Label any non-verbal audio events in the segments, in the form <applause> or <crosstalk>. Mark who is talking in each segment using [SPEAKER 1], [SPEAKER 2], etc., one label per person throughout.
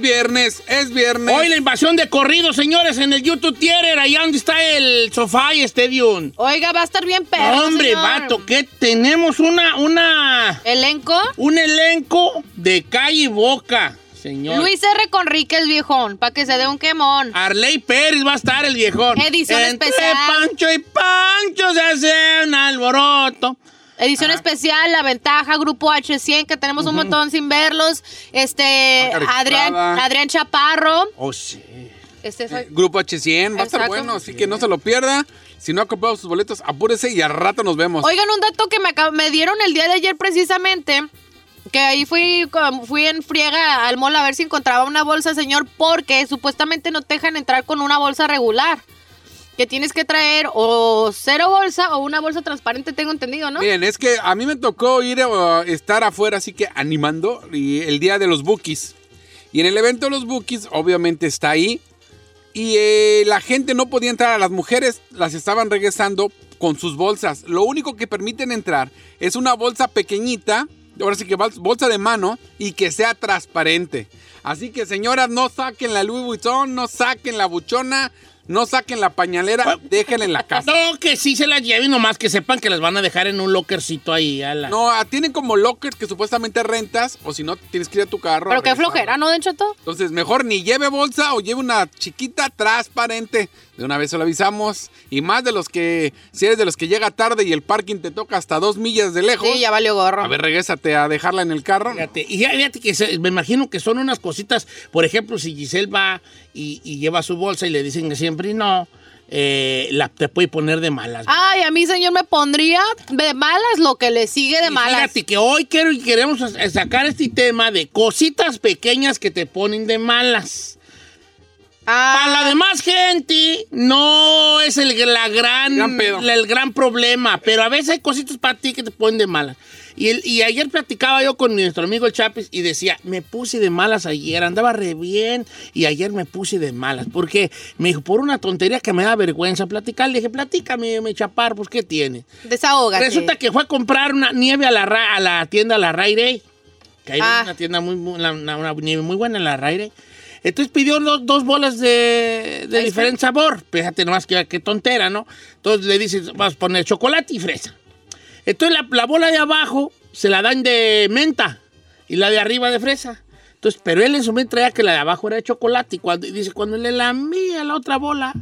[SPEAKER 1] viernes, es viernes.
[SPEAKER 2] Hoy la invasión de corrido, señores, en el YouTube Theater, allá donde está el sofá y Stadium.
[SPEAKER 3] Oiga, va a estar bien perro,
[SPEAKER 2] Hombre,
[SPEAKER 3] señor.
[SPEAKER 2] vato, que tenemos una, una,
[SPEAKER 3] Elenco.
[SPEAKER 2] un elenco de calle y boca, señor. Ah,
[SPEAKER 3] Luis R. Conríquez, viejón, para que se dé un quemón.
[SPEAKER 2] Arley Pérez va a estar el viejón.
[SPEAKER 3] Edición
[SPEAKER 2] Entre
[SPEAKER 3] especial.
[SPEAKER 2] Pancho y Pancho se hace un alboroto.
[SPEAKER 3] Edición especial, La Ventaja, Grupo H100, que tenemos un montón sin verlos. Este,
[SPEAKER 1] Marca
[SPEAKER 3] Adrián,
[SPEAKER 1] Estrada.
[SPEAKER 3] Adrián Chaparro.
[SPEAKER 2] Oh, sí.
[SPEAKER 3] Este soy-
[SPEAKER 1] Grupo H100, va a estar
[SPEAKER 3] Exacto.
[SPEAKER 1] bueno, así que no se lo pierda. Si no ha comprado sus boletos, apúrese y al rato nos vemos.
[SPEAKER 3] Oigan, un dato que me, acab- me dieron el día de ayer precisamente, que ahí fui, con- fui en friega al mall a ver si encontraba una bolsa, señor, porque supuestamente no te dejan entrar con una bolsa regular. Que tienes que traer o cero bolsa o una bolsa transparente, tengo entendido, ¿no?
[SPEAKER 1] Miren, es que a mí me tocó ir a uh, estar afuera, así que animando y el día de los bookies. Y en el evento de los bookies, obviamente está ahí. Y eh, la gente no podía entrar, a las mujeres las estaban regresando con sus bolsas. Lo único que permiten entrar es una bolsa pequeñita, ahora sí que bol- bolsa de mano, y que sea transparente. Así que señoras, no saquen la Louis Vuitton, no saquen la buchona, no saquen la pañalera, déjenla en la casa.
[SPEAKER 2] No, que sí se las lleven, nomás que sepan que las van a dejar en un lockercito ahí. A la...
[SPEAKER 1] No, ah, tienen como lockers que supuestamente rentas o si no tienes que ir a tu carro.
[SPEAKER 3] Pero
[SPEAKER 1] a
[SPEAKER 3] qué
[SPEAKER 1] regresarlo.
[SPEAKER 3] flojera, ¿no, Don Cheto?
[SPEAKER 1] Entonces, mejor ni lleve bolsa o lleve una chiquita transparente. De una vez se lo avisamos. Y más de los que, si eres de los que llega tarde y el parking te toca hasta dos millas de lejos.
[SPEAKER 3] Sí, ya valió gorro.
[SPEAKER 1] A ver, regrésate a dejarla en el carro.
[SPEAKER 2] Fíjate, y fíjate que se- me imagino que son unas cositas, por ejemplo, si Giselle va y, y lleva su bolsa y le dicen que siempre no, eh, la, te puede poner de malas.
[SPEAKER 3] Ay, a mí, señor, me pondría de malas lo que le sigue de
[SPEAKER 2] Y
[SPEAKER 3] malas.
[SPEAKER 2] Fíjate que hoy quiero y queremos as- sacar este tema de cositas pequeñas que te ponen de malas.
[SPEAKER 3] Ah,
[SPEAKER 2] Para la demás gente no es el, la gran,
[SPEAKER 1] Gran pedo.
[SPEAKER 2] la- el gran problema, pero a veces hay cositas para ti que te ponen de malas. Y, el- y ayer platicaba yo con nuestro amigo el Chapis y decía, me puse de malas ayer, andaba re bien y ayer me puse de malas. Porque me dijo, por una tontería que me da vergüenza platicar, le dije, platícame, me chapar, pues ¿qué tiene?
[SPEAKER 3] desahógate.
[SPEAKER 2] Resulta que fue a comprar una nieve a la, ra- a la tienda La Raire. Que hay
[SPEAKER 3] Ah.
[SPEAKER 2] una tienda muy, muy- una, una- una nieve muy buena en La Raire. Entonces pidió dos, dos bolas de, de
[SPEAKER 3] Ahí está.
[SPEAKER 2] diferente sabor. Fíjate nomás que, que tontera, ¿no? Entonces le dices, vas a poner chocolate y fresa. Entonces la, la bola de abajo se la dan de menta y la de arriba de fresa. Entonces, pero él en su mente traía que la de abajo era de chocolate. Y cuando, y dice, cuando le lamía la otra bola,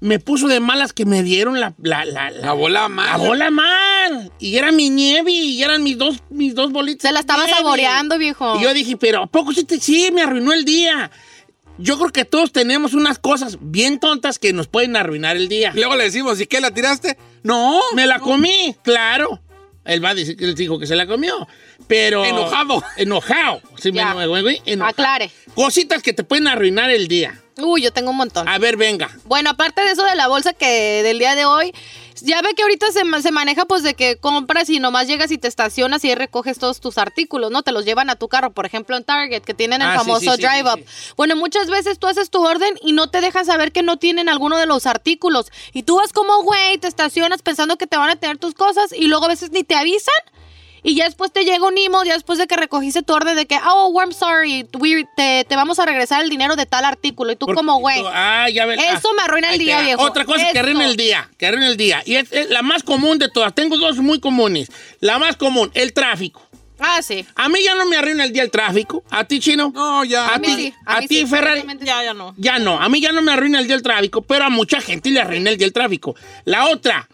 [SPEAKER 2] me puso de malas que me dieron la, la, la, la-
[SPEAKER 1] La bola más.
[SPEAKER 2] la bola mal. Y era mi nieve y eran mis dos, mis dos bolitas.
[SPEAKER 3] Se la estaba
[SPEAKER 2] de nieve.
[SPEAKER 3] saboreando, viejo.
[SPEAKER 2] Y yo dije, pero ¿a poco sí, te- sí me arruinó el día? Yo creo que todos tenemos unas cosas bien tontas que nos pueden arruinar el día.
[SPEAKER 1] Y luego le decimos, ¿y qué la tiraste? No.
[SPEAKER 2] Me la comí, claro. Él va a decir que él dijo que se la comió. Pero.
[SPEAKER 1] Enojado.
[SPEAKER 2] Enojado. Sí, me
[SPEAKER 3] Ya.
[SPEAKER 2] eno- enojado.
[SPEAKER 3] Aclare.
[SPEAKER 2] Cositas que te pueden arruinar el día.
[SPEAKER 3] Uy, yo tengo un montón.
[SPEAKER 2] A ver, venga.
[SPEAKER 3] Bueno, aparte de eso de la bolsa que del día de hoy, ya ve que ahorita se, ma- se maneja pues de que compras y nomás llegas y te estacionas y ahí recoges todos tus artículos, ¿no? Te los llevan a tu carro, por ejemplo en Target, que tienen el
[SPEAKER 2] Ah, sí,
[SPEAKER 3] famoso
[SPEAKER 2] sí, sí,
[SPEAKER 3] Drive
[SPEAKER 2] sí,
[SPEAKER 3] Up. Bueno, muchas veces tú haces tu orden y no te dejas saber que no tienen alguno de los artículos. Y tú vas como, güey, te estacionas pensando que te van a tener tus cosas y luego a veces ni te avisan. Y ya después te llega un email, ya después de que recogiste tu orden de que, oh, I'm sorry, we- te, te vamos a regresar el dinero de tal artículo. Y tú
[SPEAKER 2] Porque
[SPEAKER 3] como, güey.
[SPEAKER 2] Ah, ya ves.
[SPEAKER 3] Eso
[SPEAKER 2] Ah,
[SPEAKER 3] me arruina el
[SPEAKER 2] ahí te
[SPEAKER 3] día,
[SPEAKER 2] va.
[SPEAKER 3] viejo.
[SPEAKER 2] Otra cosa que
[SPEAKER 3] Eso.
[SPEAKER 2] arruina el día. Que arruina el día. Y es, es la más común de todas. Tengo dos muy comunes. La más común, el tráfico.
[SPEAKER 3] Ah, sí.
[SPEAKER 2] A mí ya no me arruina el día el tráfico. ¿A ti, Chino?
[SPEAKER 1] No, ya.
[SPEAKER 2] A
[SPEAKER 3] mí
[SPEAKER 2] ti,
[SPEAKER 3] sí,
[SPEAKER 2] a
[SPEAKER 3] mí
[SPEAKER 2] ti,
[SPEAKER 3] sí,
[SPEAKER 2] Ferrari.
[SPEAKER 3] simplemente Ya, ya no.
[SPEAKER 2] Ya no, a mí ya no me arruina el día el tráfico, pero a mucha gente le arruina el día el tráfico. La otra,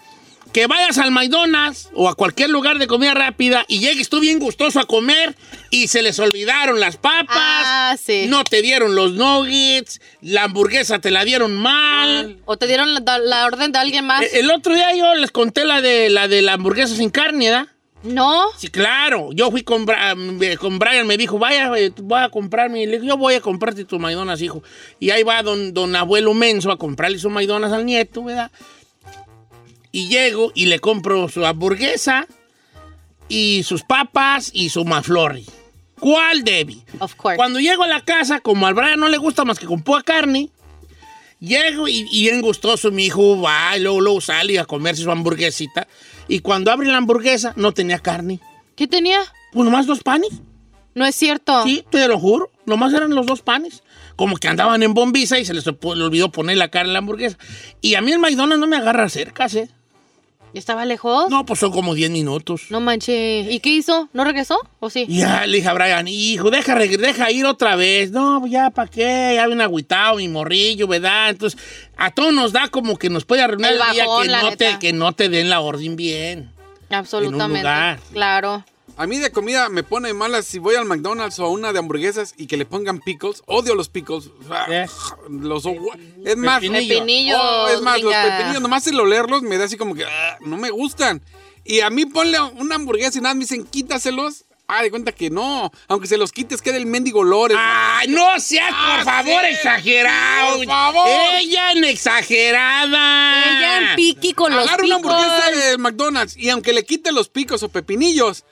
[SPEAKER 2] que vayas al McDonald's o a cualquier lugar de comida rápida y llegues tú bien gustoso a comer y se les olvidaron las papas,
[SPEAKER 3] Ah, sí.
[SPEAKER 2] no te dieron los nuggets, la hamburguesa te la dieron mal.
[SPEAKER 3] O te dieron la, la orden de alguien más.
[SPEAKER 2] E- El otro día yo les conté la de la, de la hamburguesa sin carne, ¿verdad?
[SPEAKER 3] no.
[SPEAKER 2] Sí, claro. Yo fui con, Bra- eh, con Brian, me dijo, vaya, eh, voy a comprarme. Le dije, yo voy a comprarte tu McDonald's, hijo. Y ahí va don, don abuelo Menso a comprarle su McDonald's al nieto, ¿verdad? Y llego y le compro su hamburguesa y sus papas y su maflorri. ¿Cuál, Debbie?
[SPEAKER 3] Of course.
[SPEAKER 2] Cuando llego a la casa, como al Brian no le gusta más que con poca carne, llego y, y bien gustoso mi hijo va y luego, luego sale a comerse su hamburguesita. Y cuando abre la hamburguesa, no tenía carne.
[SPEAKER 3] ¿Qué tenía?
[SPEAKER 2] Pues nomás dos panes.
[SPEAKER 3] No es cierto.
[SPEAKER 2] Sí, te lo juro. Nomás eran los dos panes. Como que andaban en bombiza y se les op- le olvidó poner la cara en la hamburguesa. Y a mí el McDonald's no me agarra cerca, ¿eh?
[SPEAKER 3] ¿Y estaba lejos?
[SPEAKER 2] No, pues son como 10 minutos.
[SPEAKER 3] No manches. ¿Y qué hizo? ¿No regresó? ¿O sí?
[SPEAKER 2] Ya, le dije a Brian, hijo, deja, reg- deja ir otra vez. No, ya, ¿para qué? Ya viene agüitado mi morrillo, ¿verdad? Entonces, a todos nos da como que nos puede arruinar el,
[SPEAKER 3] El bajón,
[SPEAKER 2] día
[SPEAKER 3] la
[SPEAKER 2] que no, te,
[SPEAKER 3] neta.
[SPEAKER 2] que no te den la orden bien.
[SPEAKER 3] Absolutamente.
[SPEAKER 2] lugar.
[SPEAKER 3] Claro.
[SPEAKER 1] A mí de comida me pone mala si voy al McDonald's o a una de hamburguesas y que le pongan pickles. Odio los pickles. Ah,
[SPEAKER 2] ¿Eh?
[SPEAKER 1] Los, es más,
[SPEAKER 2] Pepinillo.
[SPEAKER 3] Pepinillos.
[SPEAKER 1] Oh, es más, los
[SPEAKER 3] venga.
[SPEAKER 1] pepinillos, nomás el olerlos me da así como que ah, no me gustan. Y a mí ponle una hamburguesa y nada, me dicen quítaselos. Ah, de cuenta que no. Aunque se los quites, queda el mendigo olor.
[SPEAKER 2] ¡Ay, no seas, por
[SPEAKER 1] Ah,
[SPEAKER 2] favor,
[SPEAKER 1] sí,
[SPEAKER 2] exagerado!
[SPEAKER 1] por favor.
[SPEAKER 2] ¡Ella en exagerada!
[SPEAKER 3] Ella en piqui con los
[SPEAKER 1] Agarra una hamburguesa
[SPEAKER 3] picos.
[SPEAKER 1] de McDonald's y aunque le quite los picos o pepinillos,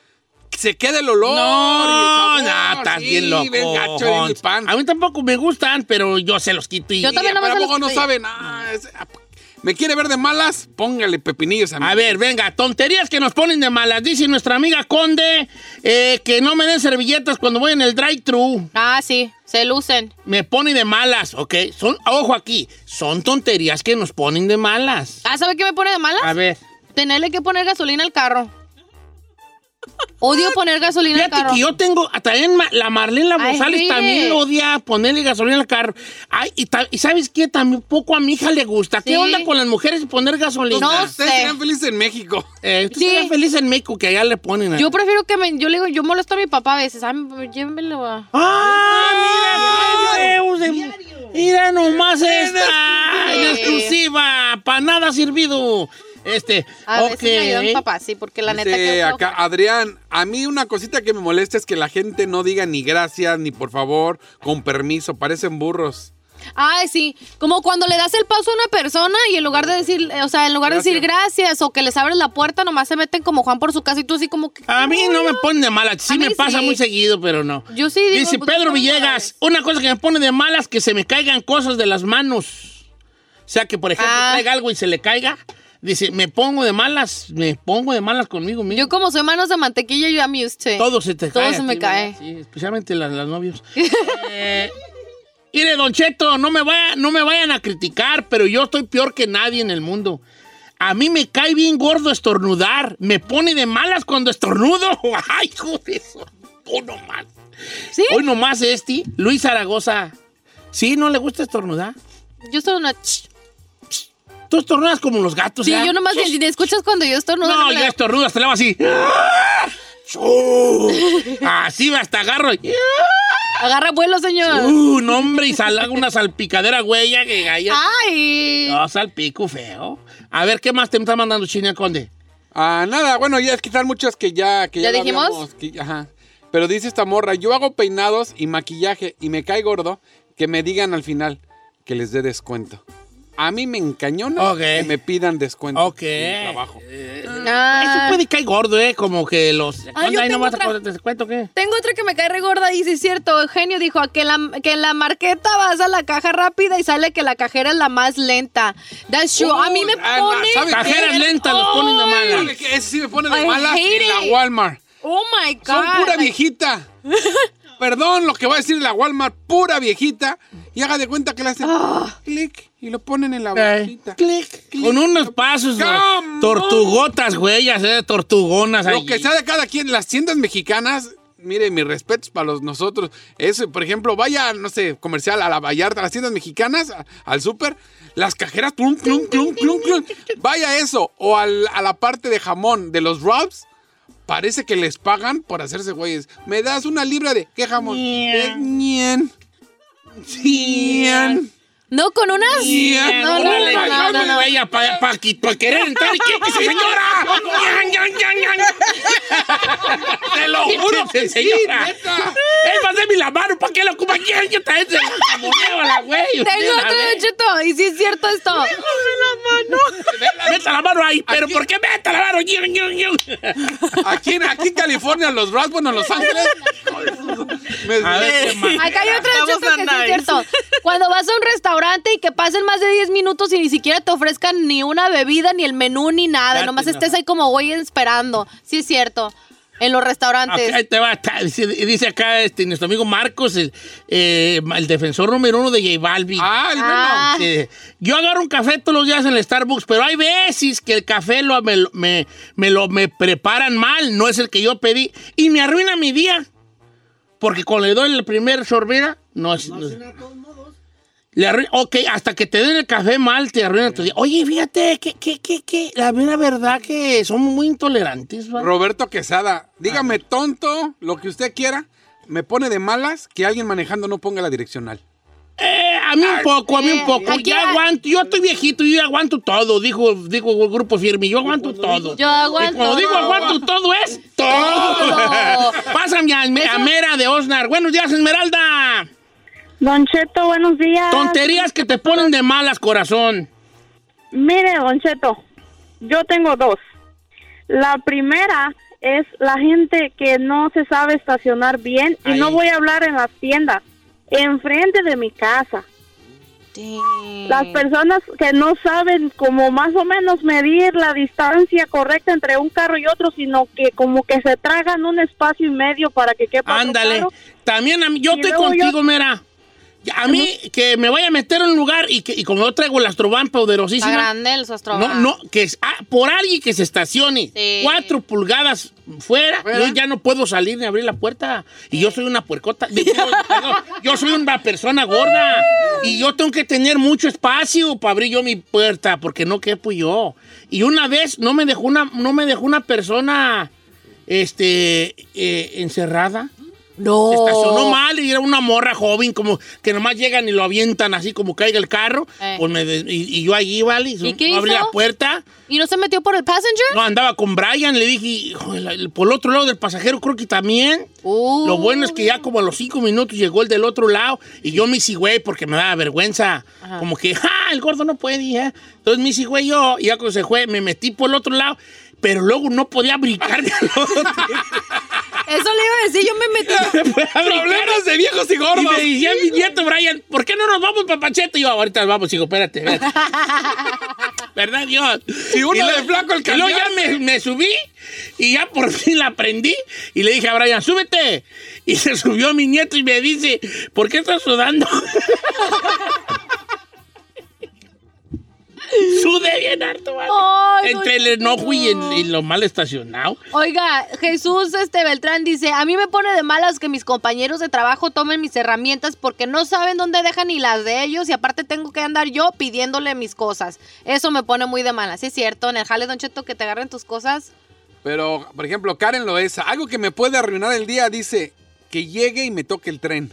[SPEAKER 1] se queda el olor.
[SPEAKER 2] No,
[SPEAKER 1] y el sabor.
[SPEAKER 2] no, estás
[SPEAKER 1] Sí,
[SPEAKER 2] bien loco.
[SPEAKER 1] ven gacho en el
[SPEAKER 2] Hans.
[SPEAKER 1] pan.
[SPEAKER 2] A mí tampoco me gustan, pero yo se los quito y...
[SPEAKER 3] Yo también
[SPEAKER 1] Sí,
[SPEAKER 3] nomás
[SPEAKER 1] pero
[SPEAKER 3] se
[SPEAKER 1] ¿a poco
[SPEAKER 3] los
[SPEAKER 1] no
[SPEAKER 2] este
[SPEAKER 3] quité.
[SPEAKER 1] saben. Ah, es- ah, ¿Me quiere ver de malas? Póngale pepinillos a mí.
[SPEAKER 2] A ver, venga, tonterías que nos ponen de malas. Dice nuestra amiga Conde eh, que no me den servilletas cuando voy en el drive-thru.
[SPEAKER 3] Ah, sí. Se lucen.
[SPEAKER 2] Me pone de malas, ¿ok? Son, ojo aquí, son tonterías que nos ponen de malas.
[SPEAKER 3] Ah, ¿sabe qué me pone de malas?
[SPEAKER 2] A ver.
[SPEAKER 3] Tenerle que poner gasolina al carro. Odio poner gasolina al
[SPEAKER 2] Fíjate
[SPEAKER 3] carro.
[SPEAKER 2] que yo tengo, a también ma- la Marlene
[SPEAKER 3] Ay,
[SPEAKER 2] González
[SPEAKER 3] sí.
[SPEAKER 2] también odia ponerle gasolina al carro. Ay, y, ta- y ¿sabes qué? También poco a mi hija le gusta. ¿Qué
[SPEAKER 3] Sí.
[SPEAKER 2] onda con las mujeres y poner gasolina?
[SPEAKER 3] No
[SPEAKER 1] Ustedes
[SPEAKER 3] sé.
[SPEAKER 1] serían felices en México.
[SPEAKER 2] Eh, tú
[SPEAKER 3] Sí.
[SPEAKER 2] serás feliz en México que allá le ponen. a-
[SPEAKER 3] Yo prefiero que me. Yo le digo, yo molesto a mi papá a veces. Ah, llévenmelo a.
[SPEAKER 2] ¡Ah! ¡Mira, Zeus! ¡Mira nomás esta!
[SPEAKER 3] exclusiva.
[SPEAKER 2] En exclusiva! ¡Para nada ha servido! Este,
[SPEAKER 3] A
[SPEAKER 2] ok.
[SPEAKER 3] veces me ayuda mi papá, sí, porque la neta
[SPEAKER 1] Dice
[SPEAKER 3] que.
[SPEAKER 1] acá, Adrián, a mí una cosita que me molesta es que la gente no diga ni gracias, ni por favor, con permiso, parecen burros.
[SPEAKER 3] Ay, sí. Como cuando le das el paso a una persona y en lugar de decir, eh, o sea, en lugar de decir gracias o que les abres la puerta, nomás se meten como Juan por su casa y tú así como que.
[SPEAKER 2] A mí no me pone de malas. Sí
[SPEAKER 3] A mí
[SPEAKER 2] me pasa
[SPEAKER 3] sí.
[SPEAKER 2] muy seguido, pero no.
[SPEAKER 3] Yo sí digo,
[SPEAKER 2] Dice
[SPEAKER 3] pues,
[SPEAKER 2] Pedro
[SPEAKER 3] ¿cómo
[SPEAKER 2] Villegas,
[SPEAKER 3] sabes?
[SPEAKER 2] una cosa que me pone de malas es que se me caigan cosas de las manos. O sea, que por ejemplo
[SPEAKER 3] Ah.
[SPEAKER 2] traiga algo y se le caiga. Dice, me pongo de malas, me pongo de malas conmigo mismo.
[SPEAKER 3] Yo como soy manos de mantequilla, yo am used to. it.
[SPEAKER 2] Todo se te
[SPEAKER 3] Todo
[SPEAKER 2] cae.
[SPEAKER 3] se
[SPEAKER 2] a ti,
[SPEAKER 3] me
[SPEAKER 2] ¿verdad?
[SPEAKER 3] cae.
[SPEAKER 2] Sí, especialmente las, las
[SPEAKER 3] <laughs>
[SPEAKER 2] novios. Eh, mire, Don Cheto, no me, vaya- no me vayan a criticar, pero yo estoy peor que nadie en el mundo. A mí me cae bien gordo estornudar. Me pone de malas cuando estornudo. <laughs> ¡Ay, joder! Hoy nomás.
[SPEAKER 3] ¿Sí?
[SPEAKER 2] Hoy nomás este, Luis Zaragoza. Sí, no le gusta estornudar.
[SPEAKER 3] Yo soy una.
[SPEAKER 2] Tú estornudas como los gatos.
[SPEAKER 3] Sí,
[SPEAKER 2] ¿verdad?
[SPEAKER 3] yo nomás. Si te escuchas cuando yo estornudo.
[SPEAKER 2] No,
[SPEAKER 3] me-
[SPEAKER 2] yo estornudo hasta le hago
[SPEAKER 3] <laughs>
[SPEAKER 2] así. ¡Ah! Así hasta agarro. y-
[SPEAKER 3] Agarra vuelo, señor.
[SPEAKER 2] Uh, no, hombre, y sal, una salpicadera huella que gaya.
[SPEAKER 3] Ay.
[SPEAKER 2] No, salpico feo. A ver, ¿qué más te está mandando China Conde?
[SPEAKER 1] Ah, nada, bueno, ya es que están muchas que ya... Que
[SPEAKER 3] ¿Ya
[SPEAKER 1] la
[SPEAKER 3] dijimos?
[SPEAKER 1] habíamos, que- ajá. Pero dice esta morra, yo hago peinados y maquillaje y me cae gordo que me digan al final que les dé descuento. A mí me encañona
[SPEAKER 2] Ok.
[SPEAKER 1] que me pidan descuento.
[SPEAKER 2] Ok.
[SPEAKER 1] en mi trabajo.
[SPEAKER 2] Eso
[SPEAKER 3] Ah.
[SPEAKER 2] puede caer gordo, ¿eh? Como que los. ¿Cuándo
[SPEAKER 3] yo
[SPEAKER 2] ahí no
[SPEAKER 3] tengo
[SPEAKER 2] vas a
[SPEAKER 3] otra.
[SPEAKER 2] poder- te cuento qué?
[SPEAKER 3] Tengo otra que me cae re gorda y sí es cierto, Eugenio dijo que, la, que en la marqueta vas a la caja rápida y sale que la cajera es la más lenta. That's true. a mí me
[SPEAKER 1] Uh, ah, la-
[SPEAKER 3] pone...
[SPEAKER 1] ¿sabe qué?
[SPEAKER 2] Cajeras lentas los ponen de
[SPEAKER 1] ¿Sabe
[SPEAKER 2] mala.
[SPEAKER 1] qué? Ese sí me pone de
[SPEAKER 3] I
[SPEAKER 1] malas
[SPEAKER 3] hate
[SPEAKER 1] en la
[SPEAKER 3] it.
[SPEAKER 1] Walmart.
[SPEAKER 3] Oh my God.
[SPEAKER 1] Son pura viejita. Perdón lo que va a decir la Walmart, pura viejita. Y haga de cuenta que le hacen clic y lo ponen en la
[SPEAKER 2] Eh,
[SPEAKER 1] bolsita.
[SPEAKER 2] clic, clic. Con unos pasos, ¿no?
[SPEAKER 1] Come on.
[SPEAKER 2] tortugotas, huellas, ¿eh? Tortugonas.
[SPEAKER 1] Lo
[SPEAKER 2] allí.
[SPEAKER 1] que sea de cada quien, las tiendas mexicanas, mire, mis respetos para los nosotros. Eso, por ejemplo, vaya, no sé, comercial a la Vallarta, a las tiendas mexicanas, a- al súper, las cajeras, clum, clum, clum, clum, clum. Vaya eso, o al- a la parte de jamón de los wraps. Parece que les pagan por hacerse güeyes. Me das una libra de qué jamón. Eh,
[SPEAKER 2] Yeah.
[SPEAKER 1] De ñen. Ñen.
[SPEAKER 3] No, con unas...
[SPEAKER 2] Bien,
[SPEAKER 3] No, no,
[SPEAKER 2] órale,
[SPEAKER 3] no, no, no, no.
[SPEAKER 2] para querer entrar. ¿Qué es señora? Ñan, ñan, ñan, ñan. Te lo juro que señora.
[SPEAKER 1] neta.
[SPEAKER 2] Es más de mi la mano, ¿para qué lo ocupa? ¿Quién? Yo también se la camoneo a la güey.
[SPEAKER 3] Tengo otra de Cheto, y sí es cierto esto.
[SPEAKER 2] Meta la mano ahí, pero ¿por qué meta la mano? Ñan, ñan, ñan.
[SPEAKER 1] Aquí, en- aquí en California, los wraps, bueno, en
[SPEAKER 2] <laughs>
[SPEAKER 1] Los Ángeles. Me-
[SPEAKER 2] A ver, ¿qué más?
[SPEAKER 3] Acá hay otra de Cheto
[SPEAKER 4] Estamos
[SPEAKER 3] que sí
[SPEAKER 4] tan
[SPEAKER 3] es cierto. Cuando vas a un restaurante y que pasen más de 10 minutos y ni siquiera te ofrezcan ni una bebida, ni el menú, ni nada.
[SPEAKER 2] Date,
[SPEAKER 3] nomás
[SPEAKER 2] no.
[SPEAKER 3] estés ahí como güey esperando. Sí es cierto. en los restaurantes.
[SPEAKER 2] Ok, ahí te va. Ta- Dice, dice acá este, nuestro amigo Marcos, el, eh, el defensor número uno de J Balvin.
[SPEAKER 1] Ah, el
[SPEAKER 3] Ah.
[SPEAKER 2] Dice, yo agarro un café todos los días en el Starbucks, pero hay veces que el café lo, me, lo- me- me lo me preparan mal, no es el que yo pedí, y me arruina mi día. Porque cuando le doy el primer sorbera, no es... no es- le arruina- ok, hasta que te den el café mal, te arruina tu día. Oye, fíjate, que, que, que, que la mera verdad que somos muy intolerantes. ¿va?
[SPEAKER 1] Roberto Quesada, dígame
[SPEAKER 2] Ah,
[SPEAKER 1] tonto, lo que usted quiera. Me pone de malas que alguien manejando no ponga la direccional.
[SPEAKER 2] Eh, a mí un poco, a mí un poco.
[SPEAKER 3] aquí
[SPEAKER 2] ya
[SPEAKER 3] hay-
[SPEAKER 2] aguanto, yo estoy viejito, yo ya aguanto todo, dijo, dijo el grupo firme, yo aguanto todo.
[SPEAKER 3] Yo aguanto
[SPEAKER 2] Y cuando digo
[SPEAKER 3] todo.
[SPEAKER 2] aguanto todo es todo.
[SPEAKER 3] Todo.
[SPEAKER 2] Pásame a, Esme- a Mera de Osnar. Buenos días, Esmeralda.
[SPEAKER 4] Don Cheto, buenos días.
[SPEAKER 2] Tonterías que te ponen de malas, corazón.
[SPEAKER 4] Mire, Don Cheto, yo tengo dos. La primera es la gente que no se sabe estacionar bien y
[SPEAKER 2] Ahí.
[SPEAKER 4] no voy a hablar en las tiendas, enfrente de mi casa.
[SPEAKER 3] Sí.
[SPEAKER 4] Las personas que no saben como más o menos medir la distancia correcta entre un carro y otro, sino que como que se tragan un espacio y medio para que quepa otro
[SPEAKER 2] Ándale.
[SPEAKER 4] carro.
[SPEAKER 2] También a mí, yo
[SPEAKER 4] Y
[SPEAKER 2] estoy
[SPEAKER 4] luego
[SPEAKER 2] contigo,
[SPEAKER 4] yo-
[SPEAKER 2] Mera. A mí que me vaya a meter en un lugar y, que, y como yo traigo las troban
[SPEAKER 3] Está
[SPEAKER 2] poderosísimas,
[SPEAKER 3] grande el sastroba.
[SPEAKER 2] No, no, que es, ah, por alguien que se estacione
[SPEAKER 3] Sí.
[SPEAKER 2] cuatro pulgadas fuera,
[SPEAKER 1] Fuera.
[SPEAKER 2] yo ya no puedo salir ni abrir la puerta. Y yo soy una puercota. Digo, perdón, yo soy una persona gorda. Y yo tengo que tener mucho espacio para abrir yo mi puerta, porque no quepo yo. Y una vez no me dejó una, no me dejó una persona este, eh, encerrada.
[SPEAKER 3] No.
[SPEAKER 2] Se estacionó
[SPEAKER 3] Oh.
[SPEAKER 2] mal y era una morra joven, como que nomás llegan y lo avientan así como caiga el carro.
[SPEAKER 3] Eh.
[SPEAKER 2] Pues me des- y, y yo allí, ¿vale?
[SPEAKER 3] ¿Y qué
[SPEAKER 2] no abrí
[SPEAKER 3] hizo?
[SPEAKER 2] la puerta.
[SPEAKER 3] ¿Y no se metió por el passenger?
[SPEAKER 2] No, andaba con Brian, le dije, "Hijo de la- el- por el otro lado del pasajero creo que también.
[SPEAKER 3] Uh.
[SPEAKER 2] Lo bueno es que ya como a los cinco minutos llegó el del otro lado y yo me hice güey porque me daba vergüenza.
[SPEAKER 3] Ajá.
[SPEAKER 2] Como que, ¡ja! El gordo no puede, ¿eh? Entonces me hice güey yo y ya cuando se fue me metí por el otro lado, pero luego no podía <laughs> brincarme al otro.
[SPEAKER 3] Eso le iba a decir, yo me
[SPEAKER 2] <laughs>
[SPEAKER 3] metí.
[SPEAKER 2] No podía brincar.
[SPEAKER 1] <laughs> Problemas de viejos y
[SPEAKER 2] Y
[SPEAKER 1] gordos.
[SPEAKER 2] me decía mi nieto Brian, ¿por qué no nos vamos, papachete? Y yo, ahorita nos vamos, hijo, espérate.
[SPEAKER 1] <laughs>
[SPEAKER 2] espérate". ¿Verdad, Dios?
[SPEAKER 1] Y uno
[SPEAKER 2] luego-
[SPEAKER 1] de flaco el
[SPEAKER 2] Y luego ya me, me subí y ya por fin la aprendí y le dije a Brian, súbete. Y se subió mi nieto y me dice, ¿por qué estás sudando? <laughs> Sude bien harto, ¿vale?
[SPEAKER 3] Ay,
[SPEAKER 2] Entre el
[SPEAKER 3] Don
[SPEAKER 2] enojo y, el-
[SPEAKER 3] Cheto.
[SPEAKER 2] y lo mal estacionado.
[SPEAKER 3] Oiga, Jesús este Beltrán dice, a mí me pone de malas que mis compañeros de trabajo tomen mis herramientas porque no saben dónde dejan ni las de ellos y aparte tengo que andar yo pidiéndole mis cosas. Eso me pone muy de malas, sí es cierto. En el jale, Don Cheto, que te agarren tus cosas.
[SPEAKER 1] Pero, por ejemplo, Karen Loesa, algo que me puede arruinar el día, dice que llegue y me toque el tren.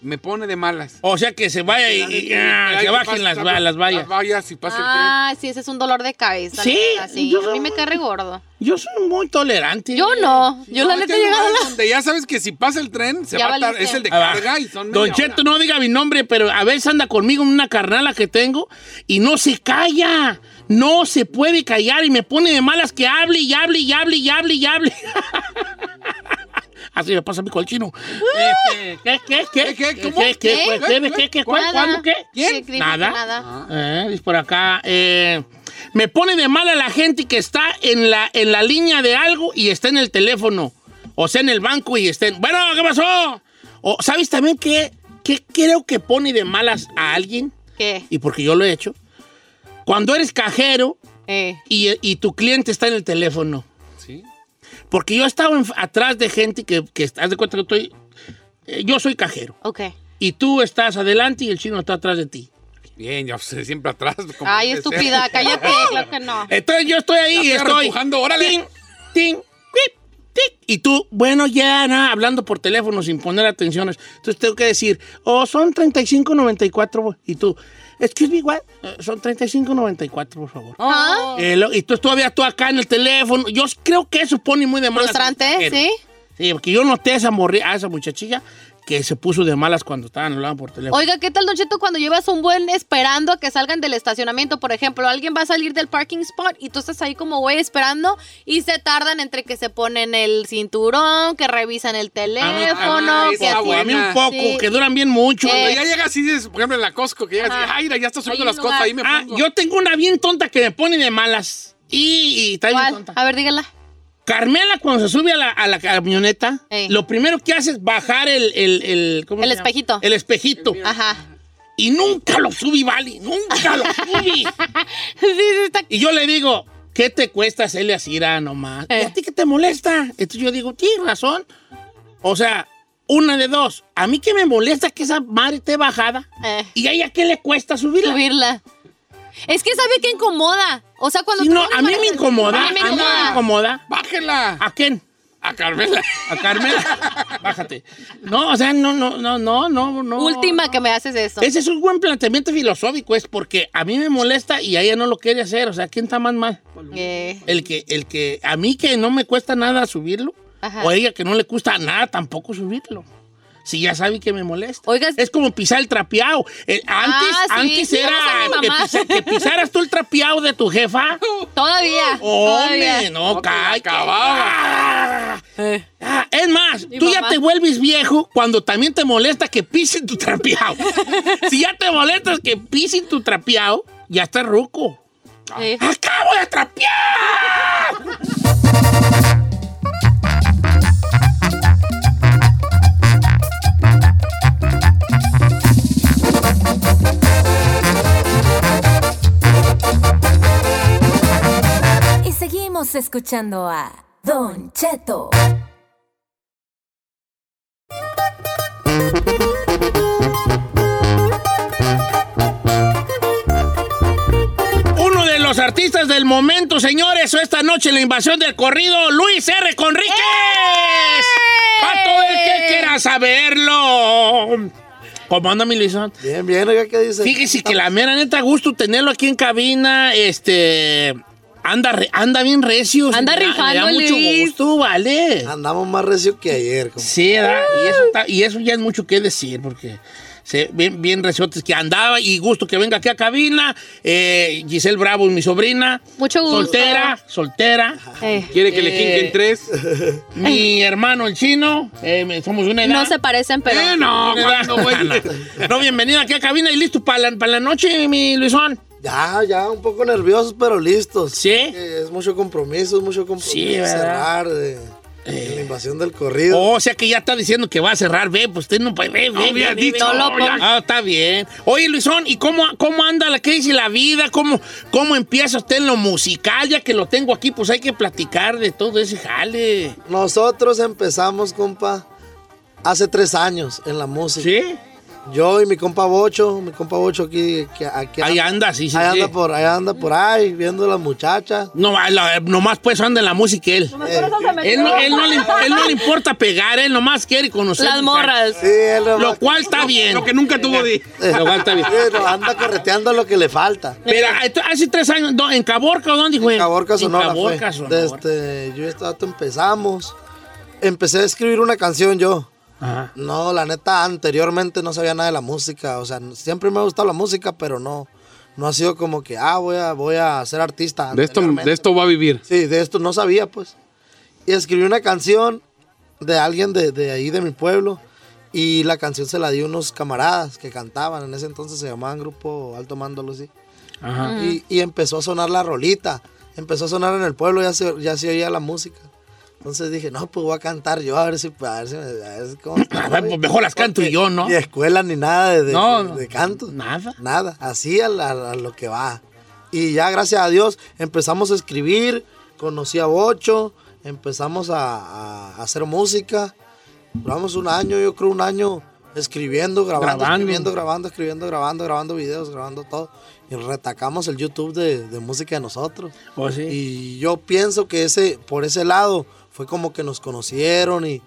[SPEAKER 1] Me pone de malas.
[SPEAKER 2] O sea que se vaya y, y- ah,
[SPEAKER 1] Ay,
[SPEAKER 2] se
[SPEAKER 1] que
[SPEAKER 2] bajen
[SPEAKER 1] pase-
[SPEAKER 2] las, va- las vallas.
[SPEAKER 1] Las vallas y pase el
[SPEAKER 3] Ah, sí, ese es un dolor de cabeza.
[SPEAKER 2] Sí,
[SPEAKER 3] la neta, sí.
[SPEAKER 2] yo-
[SPEAKER 3] a mí me cae gordo.
[SPEAKER 2] Yo soy muy tolerante. Ah,
[SPEAKER 3] Yo no, yo la
[SPEAKER 1] tren. No, es
[SPEAKER 3] neta
[SPEAKER 1] que hay
[SPEAKER 3] he llegado a
[SPEAKER 1] lugares
[SPEAKER 3] la...
[SPEAKER 1] Donde ya sabes que si pasa el tren, se
[SPEAKER 3] Ya
[SPEAKER 1] va a tardar-
[SPEAKER 3] valiste.
[SPEAKER 1] es el de
[SPEAKER 2] Ah, va.
[SPEAKER 1] carga y son media
[SPEAKER 2] Don
[SPEAKER 1] hora.
[SPEAKER 2] Cheto, no diga mi nombre, pero a veces anda conmigo en una carnala que tengo y no se calla. No se puede callar y me pone de malas que hable y hable y hable y hable y hable. <laughs> Así me pasa a mí con el chino. Este, ¿Qué, qué, qué?
[SPEAKER 1] ¿Qué, qué?
[SPEAKER 2] ¿Qué,
[SPEAKER 1] ¿Cómo?
[SPEAKER 2] qué, qué,
[SPEAKER 1] ¿Qué?
[SPEAKER 2] qué, qué, qué, qué, cuál,
[SPEAKER 3] Nada.
[SPEAKER 2] ¿Cuándo qué?
[SPEAKER 3] Sí,
[SPEAKER 1] ¿Quién? Ah.
[SPEAKER 3] crimen,
[SPEAKER 2] Nada.
[SPEAKER 3] Nada.
[SPEAKER 2] Eh, dice por acá. eh, me pone de mala la gente que está en la, en la línea de algo y está en el teléfono. O sea, en el banco y está en. Bueno, ¿qué pasó? O, ¿Sabes también qué, qué creo que pone de malas a alguien?
[SPEAKER 3] ¿Qué?
[SPEAKER 2] Y porque yo lo he hecho. Cuando eres cajero
[SPEAKER 3] Eh.
[SPEAKER 2] y, y tu cliente está en el teléfono.
[SPEAKER 1] Sí.
[SPEAKER 2] Porque yo he estado en- atrás de gente que, que haz de cuenta que estoy. eh, yo soy cajero.
[SPEAKER 3] Ok.
[SPEAKER 2] Y tú estás adelante y el chino está atrás de ti.
[SPEAKER 1] Bien, ya sé, siempre atrás. como
[SPEAKER 3] Ay,
[SPEAKER 1] debe ser.
[SPEAKER 3] estúpida, cállate, claro que
[SPEAKER 1] <laughs>
[SPEAKER 3] no.
[SPEAKER 2] Entonces yo estoy ahí
[SPEAKER 1] La
[SPEAKER 2] y
[SPEAKER 1] perra
[SPEAKER 2] estoy.
[SPEAKER 1] empujando, órale.
[SPEAKER 2] Ting, ting, quip, tic. Y tú, bueno, ya nada, hablando por teléfono sin poner atenciones. Entonces tengo que decir, oh, son 35.94. Y tú, excuse me, what? Eh, Son 35.94, por favor.
[SPEAKER 1] Oh.
[SPEAKER 3] ¿Ah?
[SPEAKER 2] Eh, lo- y tú todavía tú acá en el teléfono. Yo creo que eso pone muy de malas. al
[SPEAKER 3] Frustrante,
[SPEAKER 2] pasajero.
[SPEAKER 3] ¿sí?
[SPEAKER 2] Sí, porque yo noté esa morri- a esa muchachilla que se puso de malas cuando estaban hablando por teléfono.
[SPEAKER 3] Oiga, ¿qué tal, Don Cheto, cuando llevas un buen esperando a que salgan del estacionamiento? Por ejemplo, alguien va a salir del parking spot y tú estás ahí como güey esperando y se tardan entre que se ponen el cinturón, que revisan el teléfono,
[SPEAKER 1] ah,
[SPEAKER 3] que
[SPEAKER 1] esa
[SPEAKER 3] así.
[SPEAKER 2] a mí un poco,
[SPEAKER 3] Sí.
[SPEAKER 2] que duran bien mucho.
[SPEAKER 1] Cuando
[SPEAKER 3] Eh.
[SPEAKER 1] ya llegas y dices, por ejemplo, en la Costco, que llegas y dices,
[SPEAKER 3] Ajá.
[SPEAKER 1] ay, mira, ya está subiendo
[SPEAKER 3] Hay
[SPEAKER 1] las
[SPEAKER 3] un lugar.
[SPEAKER 1] cosas, ahí me
[SPEAKER 2] Ah,
[SPEAKER 1] pongo.
[SPEAKER 2] yo tengo una bien tonta que me pone de malas. Y, y está bien
[SPEAKER 3] ¿Cuál?
[SPEAKER 2] tonta.
[SPEAKER 3] A ver, dígala.
[SPEAKER 2] Carmela, cuando se sube a la, a la camioneta,
[SPEAKER 3] Ey.
[SPEAKER 2] lo primero que hace es bajar el. El, el, ¿cómo
[SPEAKER 3] El
[SPEAKER 2] se llama?
[SPEAKER 3] espejito.
[SPEAKER 2] El espejito.
[SPEAKER 3] Ajá. <laughs>
[SPEAKER 2] Y nunca lo subí, Vali. Nunca lo subí.
[SPEAKER 3] Sí, sí, está.
[SPEAKER 2] Y yo le digo, ¿qué te cuesta hacerle así a nomás? ¿Y
[SPEAKER 3] Eh.
[SPEAKER 2] a ti qué te molesta? Entonces yo digo, tienes razón. O sea, una de dos. A mí que me molesta que esa madre esté bajada.
[SPEAKER 3] Eh.
[SPEAKER 2] ¿Y a ella qué le cuesta subirla?
[SPEAKER 3] Subirla. Es que sabe que incomoda. O sea, cuando
[SPEAKER 2] Sí,
[SPEAKER 3] tú
[SPEAKER 2] no, a
[SPEAKER 3] vienes
[SPEAKER 2] mí me
[SPEAKER 3] manejando-
[SPEAKER 2] incomoda. A mí me incomoda.
[SPEAKER 1] ¡Bájela!
[SPEAKER 2] ¿A quién?
[SPEAKER 1] A Carmela.
[SPEAKER 2] A Carmela. Bájate. No, o sea, no, no, no, no, no, no.
[SPEAKER 3] Última que me haces eso.
[SPEAKER 2] Ese es un buen planteamiento filosófico, es porque a mí me molesta y a ella no lo quiere hacer. O sea, ¿quién está más mal?
[SPEAKER 3] Eh,
[SPEAKER 2] El que, el que, a mí que no me cuesta nada subirlo,
[SPEAKER 3] Ajá.
[SPEAKER 2] o a ella que no le cuesta nada tampoco subirlo. Si ya sabe que me molesta.
[SPEAKER 3] Oiga,
[SPEAKER 2] es como pisar el trapeado. El- antes
[SPEAKER 3] Ah, sí,
[SPEAKER 2] antes
[SPEAKER 3] sí,
[SPEAKER 2] era
[SPEAKER 3] vamos a mi
[SPEAKER 2] que,
[SPEAKER 3] mamá.
[SPEAKER 2] pisa- que pisaras tú el trapeado de tu jefa.
[SPEAKER 3] Todavía.
[SPEAKER 2] Oh, Hombre,
[SPEAKER 3] Todavía.
[SPEAKER 2] no,
[SPEAKER 1] No, que la
[SPEAKER 2] cae.
[SPEAKER 1] acababa.
[SPEAKER 3] Eh.
[SPEAKER 2] Ah, es más,
[SPEAKER 3] Mi
[SPEAKER 2] tú ya
[SPEAKER 3] mamá.
[SPEAKER 2] te vuelves viejo cuando también te molesta que pisen tu
[SPEAKER 3] <laughs>
[SPEAKER 2] trapeado. si ya te molestas que pisen tu trapeado, ya estás ruco.
[SPEAKER 3] Sí.
[SPEAKER 2] ¡Acabo de trapear!
[SPEAKER 5] Y seguimos escuchando a Don Cheto.
[SPEAKER 2] Uno de los artistas del momento, señores, esta noche en la invasión del corrido, Luis R. Conríquez.
[SPEAKER 3] ¡Eh!
[SPEAKER 2] Para todo el que quiera saberlo. ¿Cómo anda mi Luisón?
[SPEAKER 6] Bien, bien, oiga, ¿qué dice?
[SPEAKER 2] Fíjese que la mera neta, gusto tenerlo aquí en cabina. Este. Anda, re- anda bien recio.
[SPEAKER 3] Anda
[SPEAKER 2] me da- Me da
[SPEAKER 3] rifando,
[SPEAKER 2] mucho
[SPEAKER 3] Luis.
[SPEAKER 2] gusto, ¿vale?
[SPEAKER 6] Andamos más recio que ayer. compa.
[SPEAKER 2] Sí, ¿verdad? y eso, está- y eso ya es mucho que decir, porque se, bien, bien resortes que andaba y gusto que venga aquí a cabina. Eh, Giselle Bravo, mi sobrina.
[SPEAKER 3] Mucho gusto.
[SPEAKER 2] Soltera, soltera.
[SPEAKER 3] Eh,
[SPEAKER 1] ¿Quiere que le
[SPEAKER 2] Eh.
[SPEAKER 1] quinquen tres?
[SPEAKER 2] Mi hermano, el chino. eh, me- somos una edad.
[SPEAKER 3] No se parecen, pero.
[SPEAKER 1] Eh, no,
[SPEAKER 2] Una edad.
[SPEAKER 1] cuando güey.
[SPEAKER 2] <laughs> no, bienvenido aquí a cabina y listo para la, para la noche, mi Luisón.
[SPEAKER 6] Ya, ya, un poco nerviosos, pero listos.
[SPEAKER 2] ¿Sí?
[SPEAKER 6] Eh, Es mucho compromiso, es mucho compromiso.
[SPEAKER 2] Sí, ¿verdad? Eh.
[SPEAKER 6] Cerrar de, de la invasión del corrido.
[SPEAKER 2] Oh, o sea que ya está diciendo que va a cerrar, ve, pues usted no puede, ve, ve,
[SPEAKER 1] había
[SPEAKER 2] ve, ve,
[SPEAKER 1] dicho,
[SPEAKER 2] ve.
[SPEAKER 1] No lo ponga.
[SPEAKER 2] Ah, está bien. Oye, Luisón, ¿y cómo, cómo anda la crisis y la vida? ¿Cómo, ¿Cómo empieza usted en lo musical? Ya que lo tengo aquí, pues hay que platicar de todo ese jale.
[SPEAKER 6] Nosotros empezamos, compa, hace tres años en la música.
[SPEAKER 2] ¿Sí?
[SPEAKER 6] Yo y mi compa Bocho, mi compa Bocho aquí, que aquí
[SPEAKER 2] Ahí anda, sí, sí.
[SPEAKER 6] ahí
[SPEAKER 2] sí.
[SPEAKER 6] anda por, ahí anda por ahí, viendo a las muchachas.
[SPEAKER 2] No, a la- nomás pues anda en la música él. Él no, él no le, él no le importa pegar, él nomás quiere conocer.
[SPEAKER 3] Las morras.
[SPEAKER 6] Sí, él no
[SPEAKER 2] Lo
[SPEAKER 6] va-
[SPEAKER 2] cual está bien.
[SPEAKER 1] Lo que nunca tuvo de...
[SPEAKER 2] Lo cual está bien.
[SPEAKER 6] <laughs> Sí, no, anda correteando lo que le falta.
[SPEAKER 2] Pero entonces, hace tres años, ¿dó- ¿en Caborca o dónde fue?
[SPEAKER 6] En Caborca, Sonora.
[SPEAKER 2] En Caborca,
[SPEAKER 6] fue.
[SPEAKER 2] Sonora.
[SPEAKER 6] Desde yo y este vato empezamos. Empecé a escribir una canción yo.
[SPEAKER 2] Ajá.
[SPEAKER 6] No, la neta, anteriormente no sabía nada de la música. O sea, siempre me ha gustado la música, pero no. No ha sido como que, ah, voy a, voy a ser artista.
[SPEAKER 1] De esto,
[SPEAKER 6] anteriormente.
[SPEAKER 1] de esto va a vivir.
[SPEAKER 6] Sí, de esto no sabía, pues. Y escribí una canción de alguien de, de ahí, de mi pueblo. Y la canción se la di a unos camaradas que cantaban. En ese entonces se llamaban Grupo Alto Mando, algo así.
[SPEAKER 2] Ajá.
[SPEAKER 6] Y, y empezó a sonar la rolita. Empezó a sonar en el pueblo, ya se, ya se oía la música. Entonces dije, no, pues voy a cantar yo, a ver si, a ver si, me- a ver si cómo está,
[SPEAKER 2] A ver, <laughs>
[SPEAKER 6] güey".
[SPEAKER 2] pues mejor las canto yo, ¿no?
[SPEAKER 6] Ni escuela ni nada de, de-
[SPEAKER 2] No,
[SPEAKER 6] de-
[SPEAKER 2] no.
[SPEAKER 6] de canto.
[SPEAKER 2] Nada.
[SPEAKER 6] Nada, así a, la- a lo que va. Y ya, gracias a Dios, empezamos a escribir, conocí a Bocho, empezamos a, a hacer música. Duramos un año, yo creo un año escribiendo, grabando,
[SPEAKER 2] Grabando.
[SPEAKER 6] escribiendo, grabando, escribiendo, grabando, grabando videos, grabando todo. Y retacamos el YouTube de, de música de nosotros.
[SPEAKER 2] Oh, sí.
[SPEAKER 6] Y yo pienso que ese, por ese lado, fue como que nos conocieron y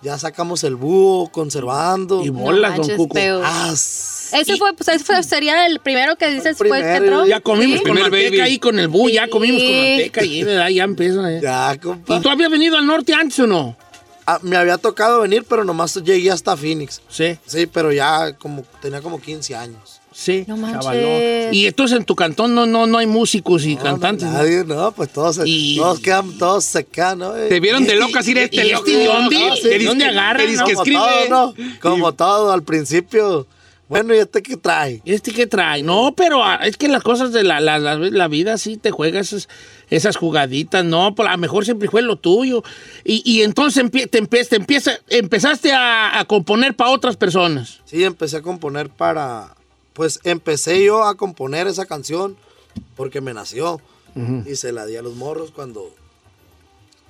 [SPEAKER 6] ya sacamos el búho conservando.
[SPEAKER 2] Y bolas,
[SPEAKER 3] manches,
[SPEAKER 2] don Cuco.
[SPEAKER 3] feo.
[SPEAKER 6] Ah,
[SPEAKER 3] Ese
[SPEAKER 2] Y-
[SPEAKER 3] fue, pues, ese fue- sería el primero que dices, pues, que
[SPEAKER 6] primero,
[SPEAKER 3] entró.
[SPEAKER 2] Ya comimos
[SPEAKER 1] Sí.
[SPEAKER 2] con
[SPEAKER 1] Primer
[SPEAKER 2] manteca
[SPEAKER 1] baby.
[SPEAKER 2] ahí con el bu, ya
[SPEAKER 3] Sí.
[SPEAKER 2] comimos con manteca y ¿verdad? ya empieza. eh.
[SPEAKER 6] ya, compa.
[SPEAKER 2] ¿Y tú habías venido al norte antes o no?
[SPEAKER 6] Ah, me había tocado venir, pero nomás llegué hasta Phoenix.
[SPEAKER 2] Sí,
[SPEAKER 6] Sí, pero ya como tenía como 15 años.
[SPEAKER 2] sí.
[SPEAKER 3] No manches.
[SPEAKER 2] chavalón. Y entonces en tu cantón no, no, no hay músicos y
[SPEAKER 6] No,
[SPEAKER 2] cantantes. ¿no?
[SPEAKER 6] Nadie, no, pues todos, se-
[SPEAKER 2] Y-
[SPEAKER 6] todos quedan, todos se quedan, ¿no?
[SPEAKER 1] Te vieron de locas ir <laughs>
[SPEAKER 2] y-
[SPEAKER 1] a
[SPEAKER 2] y
[SPEAKER 1] este loco.
[SPEAKER 2] este de dónde?
[SPEAKER 1] No,
[SPEAKER 2] ¿De dónde agarran,
[SPEAKER 1] Que dice
[SPEAKER 2] no?
[SPEAKER 1] que
[SPEAKER 6] como
[SPEAKER 1] escribe.
[SPEAKER 6] todo, ¿no? Como todo, al principio Bueno, ¿y este qué trae?
[SPEAKER 2] ¿Y este qué trae? No, pero ah, es que las cosas de la, la- la- la vida sí te juegas esas, esas jugaditas, no, pues, a lo mejor siempre fue lo tuyo. Y, y entonces empie- te, empie- te empieza, empezaste a, a componer para otras personas.
[SPEAKER 6] Sí, empecé a componer para. Pues empecé yo a componer esa canción porque me nació. Y se la di a los morros cuando,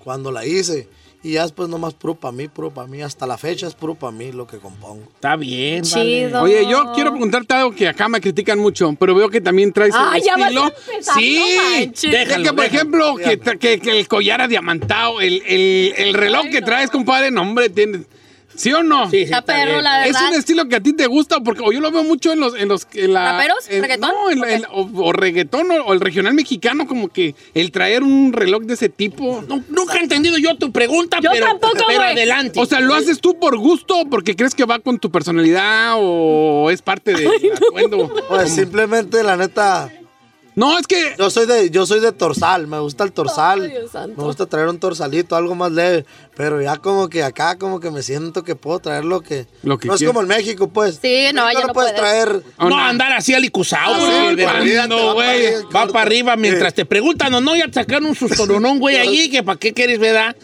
[SPEAKER 6] cuando la hice. Y ya después nomás puro para mí, puro para mí. Hasta la fecha es puro para mí lo que compongo.
[SPEAKER 2] Está bien, vale.
[SPEAKER 3] Chido.
[SPEAKER 1] Oye, yo quiero preguntarte algo que acá me critican mucho, pero veo que también traes
[SPEAKER 3] Ah,
[SPEAKER 1] el
[SPEAKER 3] ya vas a
[SPEAKER 1] estilo.
[SPEAKER 3] empezar,
[SPEAKER 1] sí,
[SPEAKER 3] no manches.
[SPEAKER 1] De
[SPEAKER 2] Déjalo,
[SPEAKER 1] que por
[SPEAKER 2] déjalo.
[SPEAKER 1] ejemplo que, tra- que- que el collar adiamantado, el, el- el reloj que traes, compadre, no hombre, tienes, ¿sí o no?
[SPEAKER 2] Sí, sí,
[SPEAKER 3] Está perro,
[SPEAKER 2] bien.
[SPEAKER 3] la
[SPEAKER 1] Es
[SPEAKER 3] verdad.
[SPEAKER 1] un estilo que a ti te gusta, porque o yo lo veo mucho en los... En los en la-
[SPEAKER 3] ¿Raperos?
[SPEAKER 1] en-
[SPEAKER 3] ¿Reggaetón?
[SPEAKER 1] No, en la- en la- o, o reggaetón o, o el regional mexicano, como que el traer un reloj de ese tipo.
[SPEAKER 2] Nu- Nunca he entendido yo tu pregunta,
[SPEAKER 3] Yo
[SPEAKER 2] pero,
[SPEAKER 3] tampoco,
[SPEAKER 2] pero
[SPEAKER 3] güey.
[SPEAKER 2] adelante.
[SPEAKER 1] O sea, ¿lo haces tú por gusto o porque crees que va con tu personalidad o es parte de atuendo?
[SPEAKER 6] Pues simplemente, la neta,
[SPEAKER 1] No, es que
[SPEAKER 6] yo soy de, yo soy de torsal, me gusta el torsal. me gusta traer un torsalito, algo más leve. Pero ya como que acá como que me siento que puedo traer lo que.
[SPEAKER 1] Lo que
[SPEAKER 6] no es
[SPEAKER 1] quiera.
[SPEAKER 6] como en México, pues.
[SPEAKER 3] Sí, no,
[SPEAKER 6] México
[SPEAKER 3] ya no
[SPEAKER 6] puedes
[SPEAKER 3] puedes.
[SPEAKER 6] traer.
[SPEAKER 1] Ah,
[SPEAKER 2] no
[SPEAKER 1] no.
[SPEAKER 2] andar así alicuzado,
[SPEAKER 1] Ah,
[SPEAKER 2] güey,
[SPEAKER 1] sí,
[SPEAKER 2] de
[SPEAKER 1] olvídate,
[SPEAKER 2] cuando,
[SPEAKER 6] va
[SPEAKER 2] güey.
[SPEAKER 6] para arriba,
[SPEAKER 2] Va para arriba mientras te preguntan o no, ya te sacaron un sustoronón, güey, allí, que para qué quieres, ¿verdad?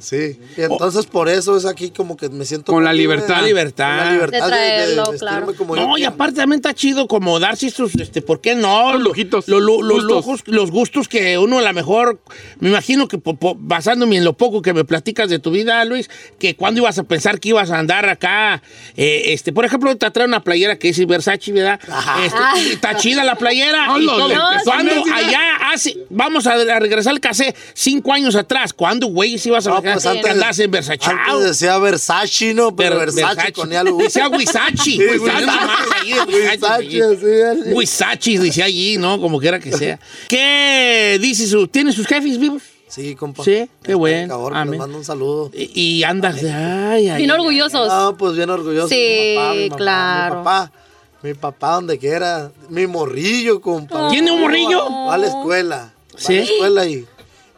[SPEAKER 6] Sí. Y entonces por eso es aquí como que me siento.
[SPEAKER 1] Con la
[SPEAKER 6] libre,
[SPEAKER 1] libertad.
[SPEAKER 6] con
[SPEAKER 2] Oh. libertad.
[SPEAKER 6] La libertad
[SPEAKER 3] De traerlo,
[SPEAKER 6] vestirme
[SPEAKER 3] claro.
[SPEAKER 6] como yo
[SPEAKER 2] No, y
[SPEAKER 6] quiera.
[SPEAKER 2] aparte también está chido como darse sus, este, ¿por qué no?
[SPEAKER 1] Los lujitos.
[SPEAKER 2] Los, lu- los
[SPEAKER 1] Gustos.
[SPEAKER 2] lujos, los gustos que uno a lo mejor, me imagino que po- po- basándome en lo poco que me platicas de tu vida, Luis, que cuando ibas a pensar que ibas a andar acá, eh, este, por ejemplo, te trae una playera que dice Versace, ¿verdad? Este, y está chida la playera.
[SPEAKER 1] No,
[SPEAKER 2] y
[SPEAKER 1] los
[SPEAKER 2] todo.
[SPEAKER 1] lentes,
[SPEAKER 2] Cuando
[SPEAKER 1] no, sí,
[SPEAKER 2] allá hace, vamos a, a regresar al casé cinco años atrás, ¿cuándo, güey, si ibas a
[SPEAKER 6] No,
[SPEAKER 2] andar
[SPEAKER 6] pues antes,
[SPEAKER 2] en Versace?
[SPEAKER 6] antes decía Versace, ¿no? Pero Versace, con ya lo
[SPEAKER 2] Decía Wisachi. Wisachi.
[SPEAKER 6] Versace, así, así.
[SPEAKER 2] Wisachi, dice allí, ¿no? Como quiera que sea. ¿Qué dice su... ¿Tiene sus jefes vivos?
[SPEAKER 6] Sí, compa.
[SPEAKER 2] Sí, qué bueno,
[SPEAKER 6] Cabrón, les
[SPEAKER 2] amén.
[SPEAKER 6] mando un saludo.
[SPEAKER 2] Y, y andas de... Ay, ay.
[SPEAKER 3] Bien orgullosos.
[SPEAKER 6] No, pues bien orgulloso.
[SPEAKER 3] Sí,
[SPEAKER 6] mi papá, mi mamá,
[SPEAKER 3] claro.
[SPEAKER 6] Mi papá, mi papá, donde quiera. Mi morrillo, compa.
[SPEAKER 2] ¿Tiene un morrillo?
[SPEAKER 6] Va a la escuela.
[SPEAKER 2] ¿Sí?
[SPEAKER 6] Va a la escuela y,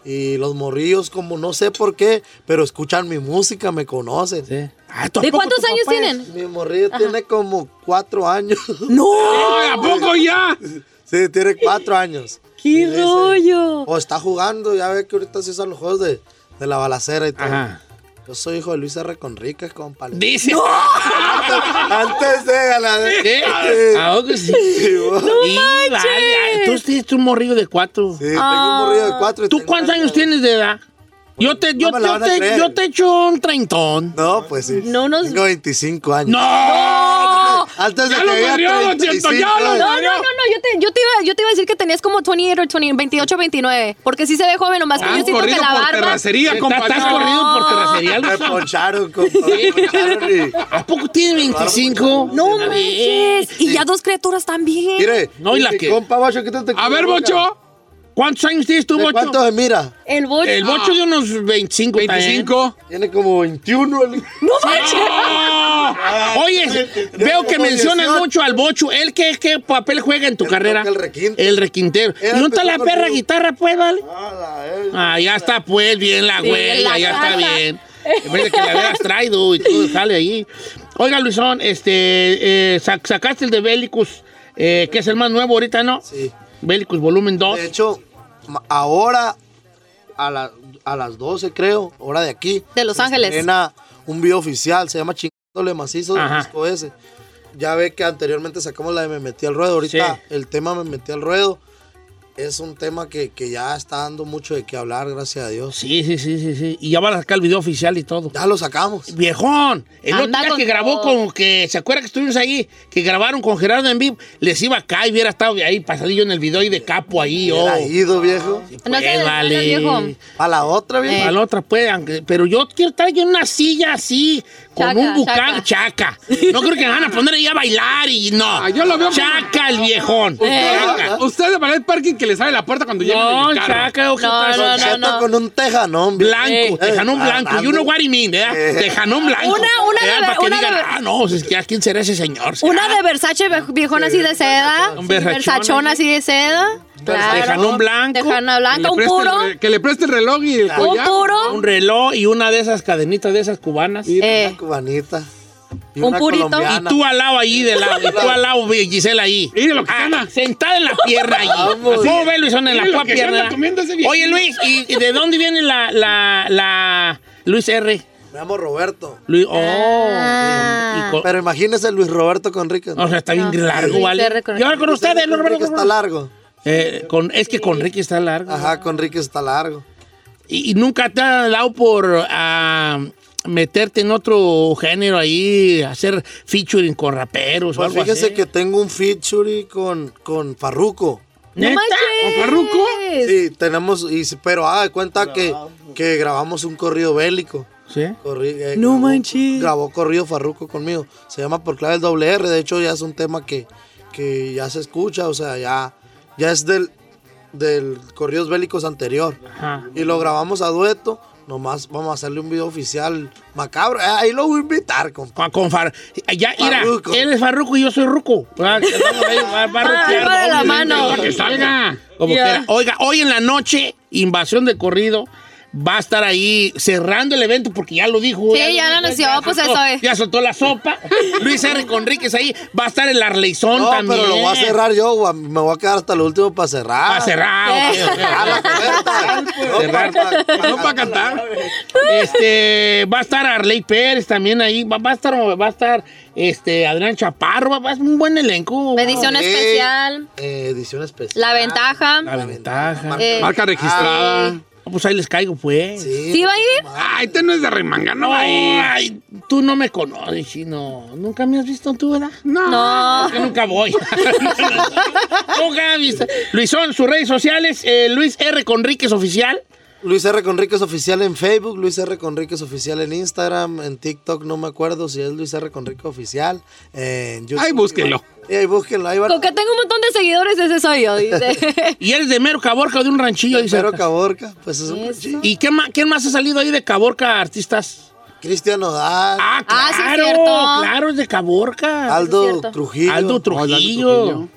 [SPEAKER 6] y los morrillos, como no sé por qué, pero escuchan mi música, me conocen.
[SPEAKER 2] Sí. Ah,
[SPEAKER 3] ¿De
[SPEAKER 2] ¿tampoco
[SPEAKER 3] cuántos
[SPEAKER 2] tu
[SPEAKER 3] años
[SPEAKER 2] papá es?
[SPEAKER 3] tienen?
[SPEAKER 6] Mi morrillo tiene como cuatro años. <laughs>
[SPEAKER 1] Ay, ¿A poco ya?
[SPEAKER 6] sí, tiene cuatro años.
[SPEAKER 3] ¡Qué
[SPEAKER 6] dice-
[SPEAKER 3] rollo!
[SPEAKER 6] O está jugando, ya ve que ahorita se usan los juegos de, de la balacera y todo.
[SPEAKER 2] Ajá.
[SPEAKER 6] Yo soy hijo de Luis R. Conríquez, compa.
[SPEAKER 2] Dice...
[SPEAKER 6] <laughs> Antes de la de...
[SPEAKER 2] ¿Qué?
[SPEAKER 6] Sí.
[SPEAKER 2] Ah, ok, sí.
[SPEAKER 6] Sí, bo-
[SPEAKER 2] Y vale, ay, tú tienes un morrillo de cuatro.
[SPEAKER 6] Sí, tengo un morrillo de cuatro. y
[SPEAKER 2] ¿Tú
[SPEAKER 6] tengo
[SPEAKER 2] cuántos
[SPEAKER 6] una-
[SPEAKER 2] años tienes de edad? Yo te, yo,
[SPEAKER 6] No me la
[SPEAKER 2] yo
[SPEAKER 6] van a
[SPEAKER 2] te,
[SPEAKER 6] creer.
[SPEAKER 2] yo te echo un treintón.
[SPEAKER 6] No, pues sí.
[SPEAKER 3] No nos-
[SPEAKER 6] Tengo 25 años.
[SPEAKER 2] ¡No!
[SPEAKER 6] Antes de
[SPEAKER 1] ¡Ya
[SPEAKER 6] que
[SPEAKER 1] lo
[SPEAKER 6] diga
[SPEAKER 1] perdió, don Cheto,
[SPEAKER 6] 35,
[SPEAKER 1] ya lo-
[SPEAKER 3] No, no, no, no, yo te, yo, te iba, yo te iba a decir que tenías como 28 o 20, 28, 29, porque sí se ve joven, nomás que yo
[SPEAKER 1] Han
[SPEAKER 3] siento que
[SPEAKER 1] corrido
[SPEAKER 3] la
[SPEAKER 1] por
[SPEAKER 3] barba...
[SPEAKER 1] terracería,
[SPEAKER 2] Está-
[SPEAKER 1] compadre.
[SPEAKER 2] Estás corrido por terracería,
[SPEAKER 6] Me
[SPEAKER 2] Alfonso.
[SPEAKER 6] poncharon, compa. Me poncharon y...
[SPEAKER 2] ¿A poco tiene 25?
[SPEAKER 3] ¡No
[SPEAKER 2] Está bien.
[SPEAKER 3] manches! Y ya dos criaturas también.
[SPEAKER 6] Mire.
[SPEAKER 2] No, y la
[SPEAKER 6] dice,
[SPEAKER 2] que-
[SPEAKER 6] Compa, Bocho, quítate.
[SPEAKER 1] A ver,
[SPEAKER 6] la boca.
[SPEAKER 1] Bocho.
[SPEAKER 2] ¿Cuántos años tienes tú,
[SPEAKER 6] ¿De
[SPEAKER 2] Bocho?
[SPEAKER 6] cuánto Ah. se mira?
[SPEAKER 3] El bocho.
[SPEAKER 2] El Bocho de unos 25. también.
[SPEAKER 1] 25.
[SPEAKER 6] Tiene como 21. el-
[SPEAKER 3] ¡No manches!
[SPEAKER 2] ¡Ah! Oye, veo que
[SPEAKER 6] como
[SPEAKER 2] mencionas
[SPEAKER 6] 18.
[SPEAKER 2] mucho al Bocho. ¿Él qué, qué papel juega en tu
[SPEAKER 6] Él
[SPEAKER 2] carrera?
[SPEAKER 6] toca el requinte.
[SPEAKER 2] El requintero.
[SPEAKER 6] Él
[SPEAKER 2] ¿Y dónde está la
[SPEAKER 6] empezó
[SPEAKER 2] perra
[SPEAKER 6] conmigo.
[SPEAKER 2] guitarra, pues, vale?
[SPEAKER 6] Ah, la- eh.
[SPEAKER 2] Ah, ya está, pues, bien la
[SPEAKER 3] Sí,
[SPEAKER 2] güey,
[SPEAKER 3] la
[SPEAKER 2] ya está
[SPEAKER 3] cara.
[SPEAKER 2] bien. En vez de que la hubieras traído y todo, sale ahí. Oiga, Luisón, este, eh, sac- sacaste el de Bélicos, eh, que es el más nuevo ahorita, ¿no?
[SPEAKER 6] Sí.
[SPEAKER 2] Bélicos volumen 2.
[SPEAKER 6] De hecho, ma- ahora, a, la- a las 12 creo, hora de aquí.
[SPEAKER 3] De Los
[SPEAKER 6] se
[SPEAKER 3] Ángeles.
[SPEAKER 6] estrena un video oficial, se llama Chingándole Macizo del
[SPEAKER 2] Ajá.
[SPEAKER 6] disco ese. Ya ve que anteriormente sacamos la de Me Metí al Ruedo. Ahorita
[SPEAKER 2] Sí.
[SPEAKER 6] el tema Me Metí al Ruedo es un tema que, que ya está dando mucho de qué hablar, gracias a Dios.
[SPEAKER 2] Sí, sí, sí, sí, sí. Y ya van a sacar el video oficial y todo.
[SPEAKER 6] Ya lo sacamos.
[SPEAKER 2] Viejón, el
[SPEAKER 3] Anda
[SPEAKER 2] otro día
[SPEAKER 3] con
[SPEAKER 2] que grabó
[SPEAKER 3] todo.
[SPEAKER 2] con que, ¿se acuerda que estuvimos ahí? Que grabaron con Gerardo en vivo, les iba acá y hubiera estado ahí pasadillo en el video y de capo ahí, oh.
[SPEAKER 6] Era
[SPEAKER 3] Ah,
[SPEAKER 6] ido, viejo.
[SPEAKER 3] No se
[SPEAKER 2] Pues,
[SPEAKER 3] descuida, viejo.
[SPEAKER 6] A la otra, viejo.
[SPEAKER 3] Eh,
[SPEAKER 2] A la otra puede, aunque- pero yo quiero estar yo en una silla así, con
[SPEAKER 3] Chaca,
[SPEAKER 2] un bucal chaca. No creo que me van a poner ahí a bailar y no.
[SPEAKER 1] Ah, yo lo veo como- Eh.
[SPEAKER 2] chaca el viejón.
[SPEAKER 1] Usted- Usted de Ballet Parking que le sabe la puerta cuando llega.
[SPEAKER 2] No, chaca, o que
[SPEAKER 3] No,
[SPEAKER 2] otra
[SPEAKER 3] no,
[SPEAKER 2] cosa.
[SPEAKER 6] Cheto
[SPEAKER 3] no, no.
[SPEAKER 6] Con un tejanón. viejo.
[SPEAKER 2] Blanco,
[SPEAKER 6] Eh,
[SPEAKER 2] tejanón blanco. You know what I mean, ¿verdad?
[SPEAKER 6] Eh.
[SPEAKER 2] Tejanón blanco.
[SPEAKER 3] Una- una de
[SPEAKER 2] ¿verdad?
[SPEAKER 3] ver-
[SPEAKER 2] Para que
[SPEAKER 3] una
[SPEAKER 2] digan,
[SPEAKER 3] de ver-
[SPEAKER 2] ah, no, es que, ¿a quién será ese señor?
[SPEAKER 3] Una Ah, de Versace ve- viejona así de seda.
[SPEAKER 2] Un versachón,
[SPEAKER 3] Versachón así de seda. Claro.
[SPEAKER 2] Tejano blanco.
[SPEAKER 3] Tejana
[SPEAKER 1] Que le
[SPEAKER 3] blanca, un
[SPEAKER 1] preste el
[SPEAKER 3] puro.
[SPEAKER 1] re- Que le preste el reloj y el
[SPEAKER 3] Un
[SPEAKER 2] Un
[SPEAKER 1] collar.
[SPEAKER 3] puro.
[SPEAKER 2] reloj y una de esas cadenitas de esas cubanas.
[SPEAKER 3] Eh,
[SPEAKER 6] Cubanita. Y
[SPEAKER 3] Un
[SPEAKER 6] una
[SPEAKER 3] purito.
[SPEAKER 6] colombiana.
[SPEAKER 2] Y tú al lado ahí de lado, y tú al lado, Gisela ahí.
[SPEAKER 7] Mire lo que
[SPEAKER 2] Ah,
[SPEAKER 7] gana.
[SPEAKER 2] sentada en la pierna ahí.
[SPEAKER 6] Vamos.
[SPEAKER 2] ¿Cómo ve, Luisón? En
[SPEAKER 7] Mire
[SPEAKER 2] la
[SPEAKER 7] lo
[SPEAKER 2] pua
[SPEAKER 7] que se anda
[SPEAKER 2] pierna.
[SPEAKER 7] comiendo ese viejito.
[SPEAKER 2] Oye, Luis, ¿y y de dónde viene la, la, la Luis R?
[SPEAKER 6] Me llamo Roberto.
[SPEAKER 2] Luis, oh.
[SPEAKER 3] Ah.
[SPEAKER 2] Y co-
[SPEAKER 6] Pero imagínese Luis Roberto Conríquez.
[SPEAKER 2] o sea, está bien
[SPEAKER 3] No,
[SPEAKER 2] largo,
[SPEAKER 3] Luis
[SPEAKER 2] ¿vale?
[SPEAKER 3] R con-
[SPEAKER 2] Y ahora Ah, con ustedes,
[SPEAKER 6] Conríquez
[SPEAKER 2] Roberto.
[SPEAKER 6] está largo.
[SPEAKER 2] Eh, con, es que con Ricky está largo.
[SPEAKER 6] Ajá, Conríquez está largo.
[SPEAKER 2] Pues ¿Y, y nunca te ha dado por ah, meterte en otro género ahí, hacer featuring con raperos o
[SPEAKER 6] Pues
[SPEAKER 2] algo
[SPEAKER 6] fíjese
[SPEAKER 2] así?
[SPEAKER 6] que tengo un featuring con, con Farruko.
[SPEAKER 2] ¿Neta?
[SPEAKER 3] manches!
[SPEAKER 7] Farruko?
[SPEAKER 6] Sí, tenemos, y, sí, pero ah, de cuenta que, que grabamos un corrido bélico.
[SPEAKER 2] ¿Sí?
[SPEAKER 6] Corri- eh, grabó- Grabó corrido Farruco conmigo. Se llama Por Clave el Doble R. De hecho, ya es un tema que, que ya se escucha. O sea, ya, ya es del, del Corridos Bélicos anterior.
[SPEAKER 2] Ajá.
[SPEAKER 6] Y lo grabamos a dueto. Nomás vamos a hacerle un video oficial macabro. Eh, ahí lo voy a invitar, compa.
[SPEAKER 2] Con, con Far... Ya, mira,
[SPEAKER 6] Farruko.
[SPEAKER 2] él es Farruco y yo soy Ruco. Ah, que estamos ahí, va-
[SPEAKER 3] <laughs>
[SPEAKER 2] va a ruquear,
[SPEAKER 3] Arriba de Ah, la
[SPEAKER 2] hombre,
[SPEAKER 3] mano.
[SPEAKER 2] para que salga. Como
[SPEAKER 3] Ya.
[SPEAKER 2] quiera. Oiga, hoy en la noche, Invasión de Corrido va a estar ahí cerrando el evento porque ya lo dijo.
[SPEAKER 3] Sí, ya lo anunció, pues
[SPEAKER 2] soltó-
[SPEAKER 3] eso es.
[SPEAKER 2] Ya soltó la
[SPEAKER 3] <laughs>
[SPEAKER 2] sopa. Luis R. Conríquez ahí va a estar el Arleizón
[SPEAKER 6] No,
[SPEAKER 2] también.
[SPEAKER 6] pero lo voy a cerrar yo. gua- Me voy a quedar hasta lo último para cerrar.
[SPEAKER 2] Va a
[SPEAKER 6] <laughs>
[SPEAKER 2] cerrar. ok,
[SPEAKER 3] <laughs>
[SPEAKER 2] ok.
[SPEAKER 6] Ah, la puerta. No,
[SPEAKER 2] Cerrar.
[SPEAKER 6] para- para-
[SPEAKER 1] No para cantar.
[SPEAKER 2] Este, va a estar Arley Pérez también ahí, va, va a estar, va a estar este, Adrián Chaparro, va, va a ser un buen elenco.
[SPEAKER 3] Edición
[SPEAKER 6] Ok.
[SPEAKER 3] especial.
[SPEAKER 6] Eh, edición especial.
[SPEAKER 3] La ventaja.
[SPEAKER 2] La ventaja.
[SPEAKER 3] Eh,
[SPEAKER 1] Marca registrada.
[SPEAKER 2] Ah, Pues ahí les caigo, pues.
[SPEAKER 6] Sí.
[SPEAKER 3] ¿Sí va a ir?
[SPEAKER 1] Ah, este no es de remangano,
[SPEAKER 2] No,
[SPEAKER 1] ahí.
[SPEAKER 2] ay, tú no me conoces, chino. Nunca me has visto tú, ¿verdad?
[SPEAKER 1] No.
[SPEAKER 3] No.
[SPEAKER 2] Yo nunca voy. <laughs> nunca me has visto. Luisón, sus redes sociales, eh, Luis R. Conríquez Oficial.
[SPEAKER 6] Luis R. Conríquez Oficial en Facebook, Luis R. Conríquez Oficial en Instagram, en TikTok, no me acuerdo si es Luis R. Conríquez Oficial, en YouTube.
[SPEAKER 1] Ahí búsquenlo.
[SPEAKER 6] Y ahí búsquenlo, ahí va.
[SPEAKER 3] Con que tengo un montón de seguidores, ese soy
[SPEAKER 2] <laughs>
[SPEAKER 3] yo, dice.
[SPEAKER 2] Y eres de Mero Caborca o de un ranchillo. dice.
[SPEAKER 6] Pero Caborca, pues es un...
[SPEAKER 3] Eso.
[SPEAKER 2] ¿Y qué más, quién más ha salido ahí de Caborca, artistas?
[SPEAKER 6] Cristian Odal,
[SPEAKER 2] Ah, claro,
[SPEAKER 3] Ah, sí es cierto.
[SPEAKER 2] claro, es de Caborca. Aldo,
[SPEAKER 6] Aldo
[SPEAKER 3] cierto.
[SPEAKER 6] Trujillo,
[SPEAKER 2] Trujillo.
[SPEAKER 1] Trujillo.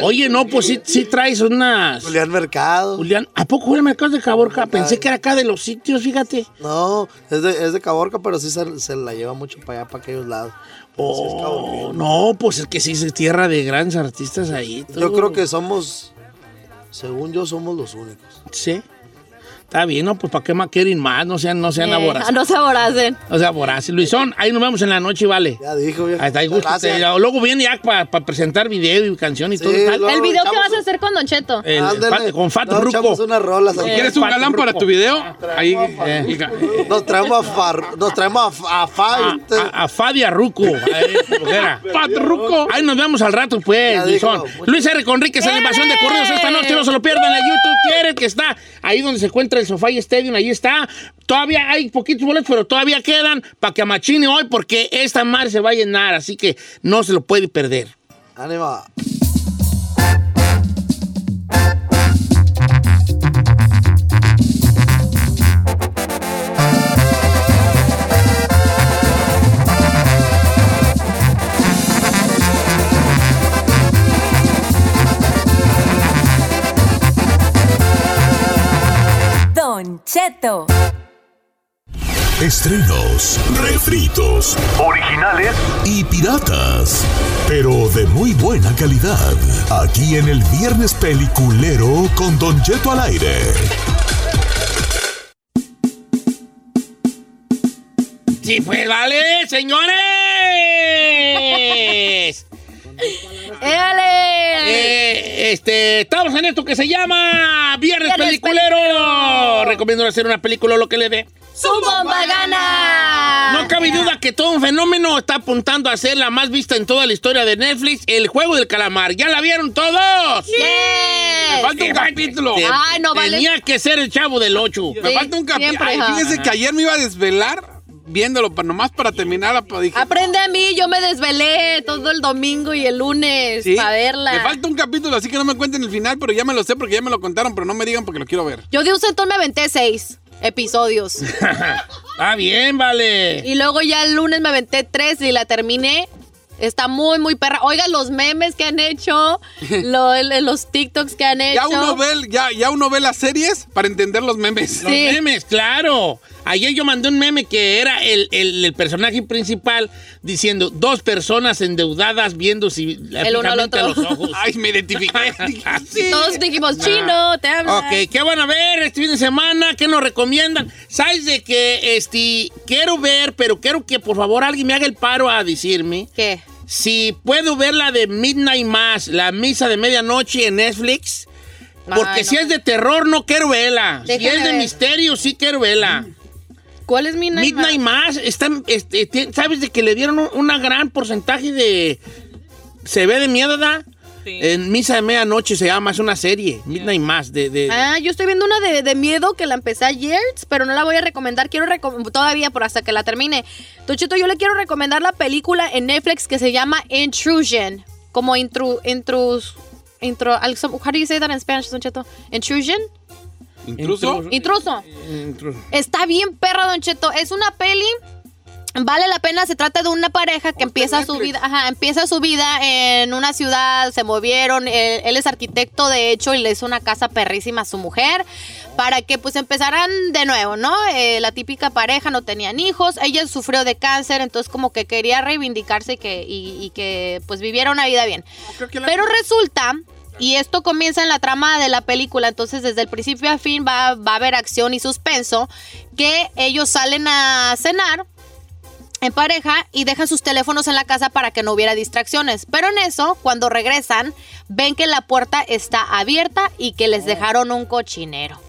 [SPEAKER 2] Oye, no, pues sí, sí traes unas...
[SPEAKER 6] Julián Mercado.
[SPEAKER 2] Julián, ¿a poco era el mercado de Caborca? Pensé que era acá de los sitios, fíjate.
[SPEAKER 6] No, es de, es de Caborca, pero sí se, se la lleva mucho para allá, para aquellos lados. Sí es
[SPEAKER 2] Oh,
[SPEAKER 6] caborquino.
[SPEAKER 2] no, pues es que sí, es tierra de grandes artistas ahí. tú.
[SPEAKER 6] Yo creo que somos, según yo, somos los únicos.
[SPEAKER 2] Sí. Está bien, no, pues ¿para qué más quieren más? No sean, no sean
[SPEAKER 3] Eh,
[SPEAKER 2] aboraces.
[SPEAKER 3] ah, no se aboracen.
[SPEAKER 2] No sean aboraces. Luisón, ahí nos vemos en la noche, vale.
[SPEAKER 6] Ya dijo, viejo.
[SPEAKER 2] Hasta ahí,
[SPEAKER 6] Muchas
[SPEAKER 2] gusto.
[SPEAKER 6] gracias.
[SPEAKER 2] Luego viene ya para presentar video y canción y
[SPEAKER 6] Sí,
[SPEAKER 2] todo. y tal.
[SPEAKER 6] luego
[SPEAKER 3] El video que
[SPEAKER 6] echamos
[SPEAKER 3] vas a hacer con Don Cheto.
[SPEAKER 2] El- el
[SPEAKER 6] Ándale.
[SPEAKER 2] Fat- con Fat
[SPEAKER 6] Nos
[SPEAKER 2] Ruco.
[SPEAKER 6] echamos unas rolas.
[SPEAKER 2] Eh,
[SPEAKER 6] aquí.
[SPEAKER 1] ¿Quieres un
[SPEAKER 2] Pato
[SPEAKER 1] galán para
[SPEAKER 2] Ruco.
[SPEAKER 1] tu video?
[SPEAKER 3] Ah,
[SPEAKER 1] Ahí.
[SPEAKER 2] Eh.
[SPEAKER 1] el ga-
[SPEAKER 6] Nos traemos a Far, nos traemos a, a Fa-
[SPEAKER 2] a,
[SPEAKER 6] este-
[SPEAKER 2] a- a Fabia Ruco. Ahí, como quiera.
[SPEAKER 1] Patruco.
[SPEAKER 2] Ahí nos vemos al rato, pues,
[SPEAKER 6] Ya
[SPEAKER 2] Luisón.
[SPEAKER 6] dijo, muchas-
[SPEAKER 2] Luis R. Conríquez, en la invasión de corridos esta noche. No se lo pierdan en YouTube. Quiere que está ahí donde se encuentra el Sofá y Stadium. Ahí está. Todavía hay poquitos boletos, pero todavía quedan para que amachine hoy porque esta mar se va a llenar. Así que no se lo puede perder.
[SPEAKER 6] Ánimo.
[SPEAKER 5] Don Cheto.
[SPEAKER 8] Estrenos, refritos
[SPEAKER 9] Originales
[SPEAKER 8] y piratas, pero de muy buena calidad. Aquí en el Viernes Peliculero con Don Jeto al aire.
[SPEAKER 2] Sí, pues vale, señores.
[SPEAKER 3] ¡Éale!
[SPEAKER 2] Eh, este, estamos en esto que se llama Viernes,
[SPEAKER 3] Viernes
[SPEAKER 2] Peliculero. Recomiendo hacer una película lo que le dé.
[SPEAKER 3] ¡Su bomba gana!
[SPEAKER 2] No cabe duda que todo un fenómeno está apuntando a ser la más vista en toda la historia de Netflix, El Juego del Calamar. ¿Ya la vieron todos?
[SPEAKER 3] ¡Yes!
[SPEAKER 1] Falta un capítulo.
[SPEAKER 2] Te-
[SPEAKER 3] Ay, no vale.
[SPEAKER 2] Tenía que ser el chavo del 8.
[SPEAKER 1] Me
[SPEAKER 3] Sí,
[SPEAKER 1] falta un capítulo.
[SPEAKER 3] siempre, ajá.
[SPEAKER 1] Fíjese que ayer me iba a desvelar viéndolo, pa- nomás para terminar. la pa- dije,
[SPEAKER 3] Aprende a mí, yo me desvelé todo el domingo y el lunes
[SPEAKER 1] ¿sí?
[SPEAKER 3] para
[SPEAKER 1] Me
[SPEAKER 3] pues, verla.
[SPEAKER 1] falta un capítulo, así que no me cuenten el final, pero ya me lo sé porque ya me lo contaron, pero no me digan porque lo quiero ver.
[SPEAKER 3] Yo de un centón me aventé seis episodios.
[SPEAKER 2] Está Ah, bien, vale.
[SPEAKER 3] y luego ya el lunes me aventé tres y la terminé. Está muy, muy perra. Oiga, los memes que han hecho, lo- el- los TikToks que han hecho.
[SPEAKER 1] Ya uno, ve, el- ya, ya uno ve las series para entender los memes.
[SPEAKER 2] Los
[SPEAKER 3] Sí.
[SPEAKER 2] memes, claro. Ayer yo mandé un meme que era el, el- el personaje principal diciendo dos personas endeudadas viendo si
[SPEAKER 3] El uno al otro.
[SPEAKER 2] los
[SPEAKER 3] <laughs>
[SPEAKER 2] ojos.
[SPEAKER 1] <laughs> Ay, me identifiqué. "Ah,
[SPEAKER 2] Así.
[SPEAKER 3] Todos dijimos, chino, te hablo.
[SPEAKER 2] Ok, ¿qué van a ver este fin de semana? ¿Qué nos recomiendan? ¿Sabes de que este, quiero ver, pero quiero que por favor alguien me haga el paro a decirme
[SPEAKER 3] ¿Qué?
[SPEAKER 2] si puedo ver la de Midnight Mass, la misa de medianoche en Netflix? Porque
[SPEAKER 3] Ay, no.
[SPEAKER 2] si es de terror, no quiero verla. si
[SPEAKER 3] Déjala
[SPEAKER 2] es de
[SPEAKER 3] ver.
[SPEAKER 2] misterio, sí quiero verla.
[SPEAKER 3] ¿Cuál es Midnight,
[SPEAKER 2] Midnight
[SPEAKER 3] Mass?
[SPEAKER 2] Mass, está, este, ti- ¿sabes de que le dieron un una gran porcentaje de... Se ve de mierda? En Misa de Medianoche se llama, es una serie, Midnight Mass, de... de-
[SPEAKER 3] Ah, yo estoy viendo una de, de miedo que la empecé ayer, pero no la voy a recomendar. Quiero recom- todavía por hasta que la termine. Tochito, yo le quiero recomendar la película en Netflix que se llama Intrusion. Como intru, intrus, intro, al- some- how do you say that in Spanish, Don Cheto? Intrusion?
[SPEAKER 1] Intruso.
[SPEAKER 3] Intruso. Está bien perra, Don Cheto. Es una peli. Vale la pena, se trata de una pareja que empieza su vida, ajá, empieza su vida en una ciudad, se movieron, él, él es arquitecto de hecho y le hizo una casa perrísima a su mujer para que pues empezaran de nuevo, ¿no? Eh, la típica pareja, no tenían hijos, ella sufrió de cáncer, entonces como que quería reivindicarse y que, y- y que pues viviera una vida bien. Pero resulta, y esto comienza en la trama de la película, entonces desde el principio a fin va, va a haber acción y suspenso, que ellos salen a cenar en pareja y dejan sus teléfonos en la casa para que no hubiera distracciones. Pero en eso, cuando regresan, ven que la puerta está abierta y que les dejaron un cochinero.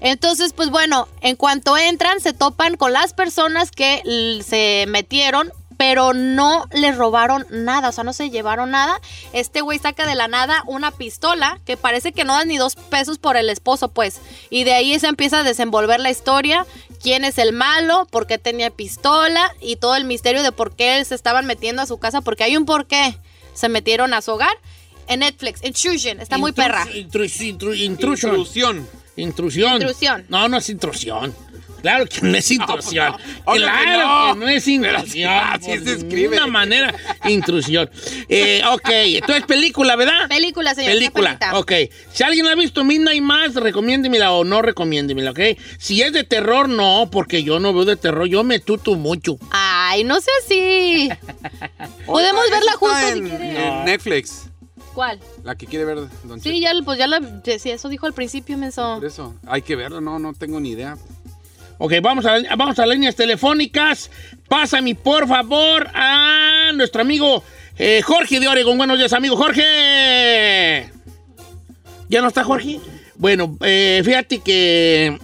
[SPEAKER 3] Entonces, pues bueno, en cuanto entran, se topan con las personas que l- se metieron, pero no les robaron nada, o sea, no se llevaron nada. Este güey saca de la nada una pistola que parece que no da ni dos pesos por el esposo, pues. Y de ahí se empieza a desenvolver la historia, quién es el malo, por qué tenía pistola y todo el misterio de por qué se estaban metiendo a su casa, porque hay un por qué se metieron a su hogar. En Netflix, Intrusion, está muy
[SPEAKER 2] Intrus-
[SPEAKER 3] perra.
[SPEAKER 2] intrus- intru- intrusión.
[SPEAKER 1] Intrusión.
[SPEAKER 2] Intrusión.
[SPEAKER 3] Intrusión.
[SPEAKER 2] No, no es intrusión. Claro que no es intrusión.
[SPEAKER 1] no. Obvio que
[SPEAKER 2] Claro
[SPEAKER 1] no.
[SPEAKER 2] que no es intrusión.
[SPEAKER 1] Así se
[SPEAKER 2] De
[SPEAKER 1] escribe.
[SPEAKER 2] una manera, intrusión. Eh, ok, entonces película, ¿verdad?
[SPEAKER 3] Película, señor.
[SPEAKER 2] Película,
[SPEAKER 3] está perrita.
[SPEAKER 2] ok. Si alguien ha visto Midnight Mass, recomiéndemela o no recomiéndemela, ¿ok? Si es de terror, no, porque yo no veo de terror, yo me tuto mucho.
[SPEAKER 3] Ay, no sé así.
[SPEAKER 2] <laughs>
[SPEAKER 3] Podemos
[SPEAKER 1] Oiga,
[SPEAKER 3] verla
[SPEAKER 1] esa está
[SPEAKER 3] juntos si
[SPEAKER 1] en-
[SPEAKER 3] quieres.
[SPEAKER 1] En Netflix.
[SPEAKER 3] ¿Cuál?
[SPEAKER 1] La que quiere ver, don
[SPEAKER 3] Sí, ya, pues ya la, sí, eso dijo al principio, menso.
[SPEAKER 1] Por eso, hay que verlo, no, no tengo ni idea.
[SPEAKER 2] Ok, vamos a, vamos a líneas telefónicas. Pásame, por favor, a nuestro amigo eh, Jorge de Oregon. Buenos días, amigo Jorge. ¿Ya no está Jorge? Bueno, eh, fíjate que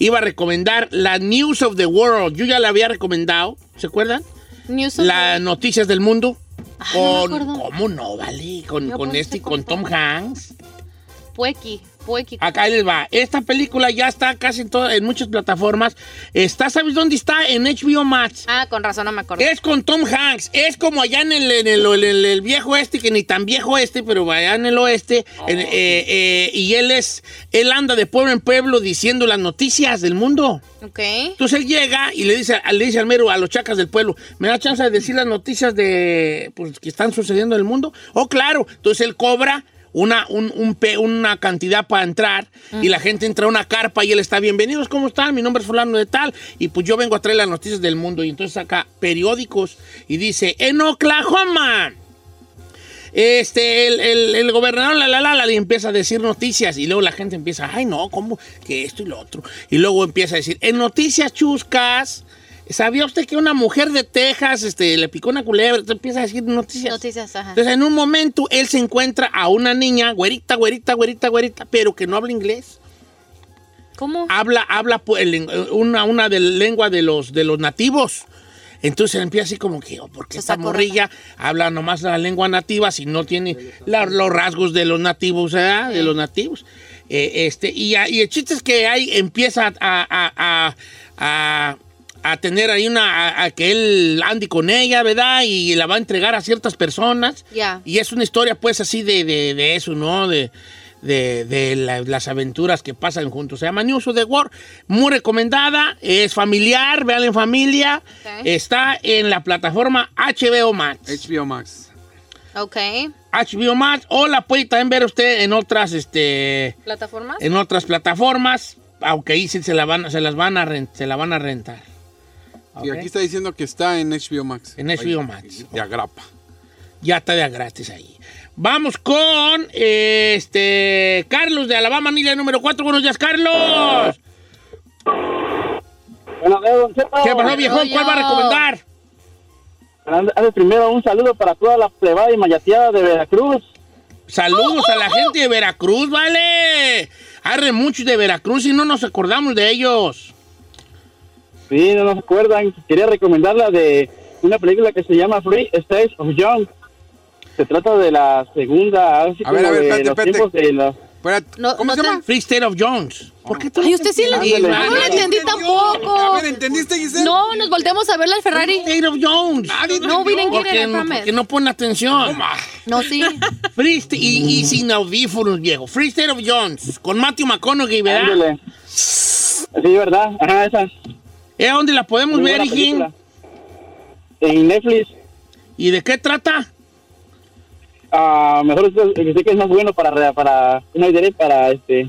[SPEAKER 2] iba a recomendar la News of the World. Yo ya la había recomendado, ¿se acuerdan?
[SPEAKER 3] News of
[SPEAKER 2] Las
[SPEAKER 3] the-
[SPEAKER 2] noticias del mundo.
[SPEAKER 3] Ah, no
[SPEAKER 2] Con,
[SPEAKER 3] me acuerdo.
[SPEAKER 2] ¿Cómo no, vale? Con,
[SPEAKER 3] Yo
[SPEAKER 2] con
[SPEAKER 3] pensé
[SPEAKER 2] este,
[SPEAKER 3] con
[SPEAKER 2] con Tom
[SPEAKER 3] Tom.
[SPEAKER 2] Hanks.
[SPEAKER 3] Puequi, Puequi.
[SPEAKER 2] Acá les va. Esta película ya está casi en, todas- en muchas plataformas. Está, ¿sabes dónde está? En HBO Max.
[SPEAKER 3] Ah, con razón no me acuerdo.
[SPEAKER 2] Es con Tom Hanks. Es como allá en el, en el- en el- el viejo este, que ni tan viejo este, pero allá en el oeste. En- eh, eh, y él es, él anda de pueblo en pueblo diciendo las noticias del mundo.
[SPEAKER 3] Ok.
[SPEAKER 2] Entonces él llega y le dice, le dice al mero a los chacas del pueblo, ¿me da chance de decir las noticias de pues, que están sucediendo en el mundo? Oh, claro. Entonces él cobra una, un- un pe- una cantidad para entrar y la gente entra a una carpa y él está, bienvenidos, ¿cómo están? Mi nombre es fulano de tal y pues yo vengo a traer las noticias del mundo. Y entonces saca periódicos y dice, en Oklahoma. Este, el, el- el gobernador, la, la, la, la, le empieza a decir noticias y luego la gente empieza, ay, no, ¿cómo? Que esto y lo otro. Y luego empieza a decir, en noticias chuscas, ¿sabía usted que una mujer de Texas este, le picó una culebra? Entonces empieza a decir noticias.
[SPEAKER 3] Noticias, ajá.
[SPEAKER 2] Entonces, en un momento, él se encuentra a una niña, güerita, güerita, güerita, güerita, pero que no habla inglés.
[SPEAKER 3] ¿Cómo?
[SPEAKER 2] Habla, habla pues, el len- una, una de lengua de los, de los nativos. Entonces empieza así como que, oh, porque
[SPEAKER 3] Se
[SPEAKER 2] esta
[SPEAKER 3] sacó de-
[SPEAKER 2] morrilla habla nomás la lengua nativa si no tiene la- los rasgos de los nativos, ¿verdad? De los nativos. Eh, este, y, a- y el chiste es que ahí empieza a, a- a- a- a tener ahí una, a, a que él ande con ella, ¿verdad? Y la va a entregar a ciertas personas.
[SPEAKER 3] Ya.
[SPEAKER 2] Y es una historia pues así de, de- de eso, ¿no? De, de- de la- las aventuras que pasan juntos. Se llama News of the World. Muy recomendada. Es familiar, véanla en familia.
[SPEAKER 3] Ok.
[SPEAKER 2] Está en la plataforma HBO Max.
[SPEAKER 1] HBO Max.
[SPEAKER 3] Ok.
[SPEAKER 2] HBO Max. O la puede también ver usted en otras, este,
[SPEAKER 3] ¿Plataformas?
[SPEAKER 2] en otras plataformas. aunque ahí sí se, la van, se las van a, ren- se la van a rentar.
[SPEAKER 1] Y
[SPEAKER 2] ¿Ok?
[SPEAKER 1] aquí está diciendo que está en HBO Max.
[SPEAKER 2] En HBO Max.
[SPEAKER 1] De agrapa.
[SPEAKER 2] Ya está de gratis ahí. Vamos con eh, este Carlos de Alabama, Manila número 4. Buenos días, Carlos.
[SPEAKER 7] Bueno, eh, don Cheto,
[SPEAKER 2] ¿Qué pasó, viejo?
[SPEAKER 3] Soy
[SPEAKER 2] ¿Cuál va a
[SPEAKER 3] yo.
[SPEAKER 2] recomendar?
[SPEAKER 7] an- antes primero un saludo para toda la plebada y mayateada de Veracruz.
[SPEAKER 2] Saludos
[SPEAKER 3] Oh,
[SPEAKER 2] a la gente de Veracruz, vale. Arre muchos de Veracruz y no nos acordamos de ellos.
[SPEAKER 7] Sí, no nos acuerdan. Quería recomendarla de una película que se llama Free States of Young. Se trata de la segunda, así
[SPEAKER 1] A ver,
[SPEAKER 7] como
[SPEAKER 1] a ver,
[SPEAKER 7] de
[SPEAKER 1] espérate,
[SPEAKER 7] los
[SPEAKER 1] espérate.
[SPEAKER 7] tiempos de la...
[SPEAKER 1] Espérate,
[SPEAKER 3] No,
[SPEAKER 1] ¿Cómo
[SPEAKER 3] no
[SPEAKER 1] se
[SPEAKER 3] te-
[SPEAKER 1] llama?
[SPEAKER 2] Free State of Jones. ¿Por qué tú
[SPEAKER 3] Ay, usted sí
[SPEAKER 2] te
[SPEAKER 3] le
[SPEAKER 2] entiendes,
[SPEAKER 7] Ándale.
[SPEAKER 2] vale?
[SPEAKER 3] No lo entendí tampoco.
[SPEAKER 1] A ver, ¿entendiste, Giselle?
[SPEAKER 3] No, nos volteamos a ver la
[SPEAKER 2] Free
[SPEAKER 3] Ferrari.
[SPEAKER 2] State of Jones.
[SPEAKER 3] No, we didn't get it, I
[SPEAKER 2] Porque no,
[SPEAKER 3] promise.
[SPEAKER 2] porque no pone atención.
[SPEAKER 3] No, sí.
[SPEAKER 2] Free Sta- y, y sin audífonos, viejo. Free State of Jones. Con Matthew McConaughey, ¿verdad?
[SPEAKER 7] Ándale. Sí, ¿verdad? Ajá, esa.
[SPEAKER 2] ¿Es donde la podemos
[SPEAKER 7] Muy
[SPEAKER 2] ver,
[SPEAKER 7] buena
[SPEAKER 2] hijín?
[SPEAKER 7] película. En Netflix.
[SPEAKER 2] ¿Y de qué trata?
[SPEAKER 7] Ah, mejor usted- que sé que es más bueno para re- para no diré para este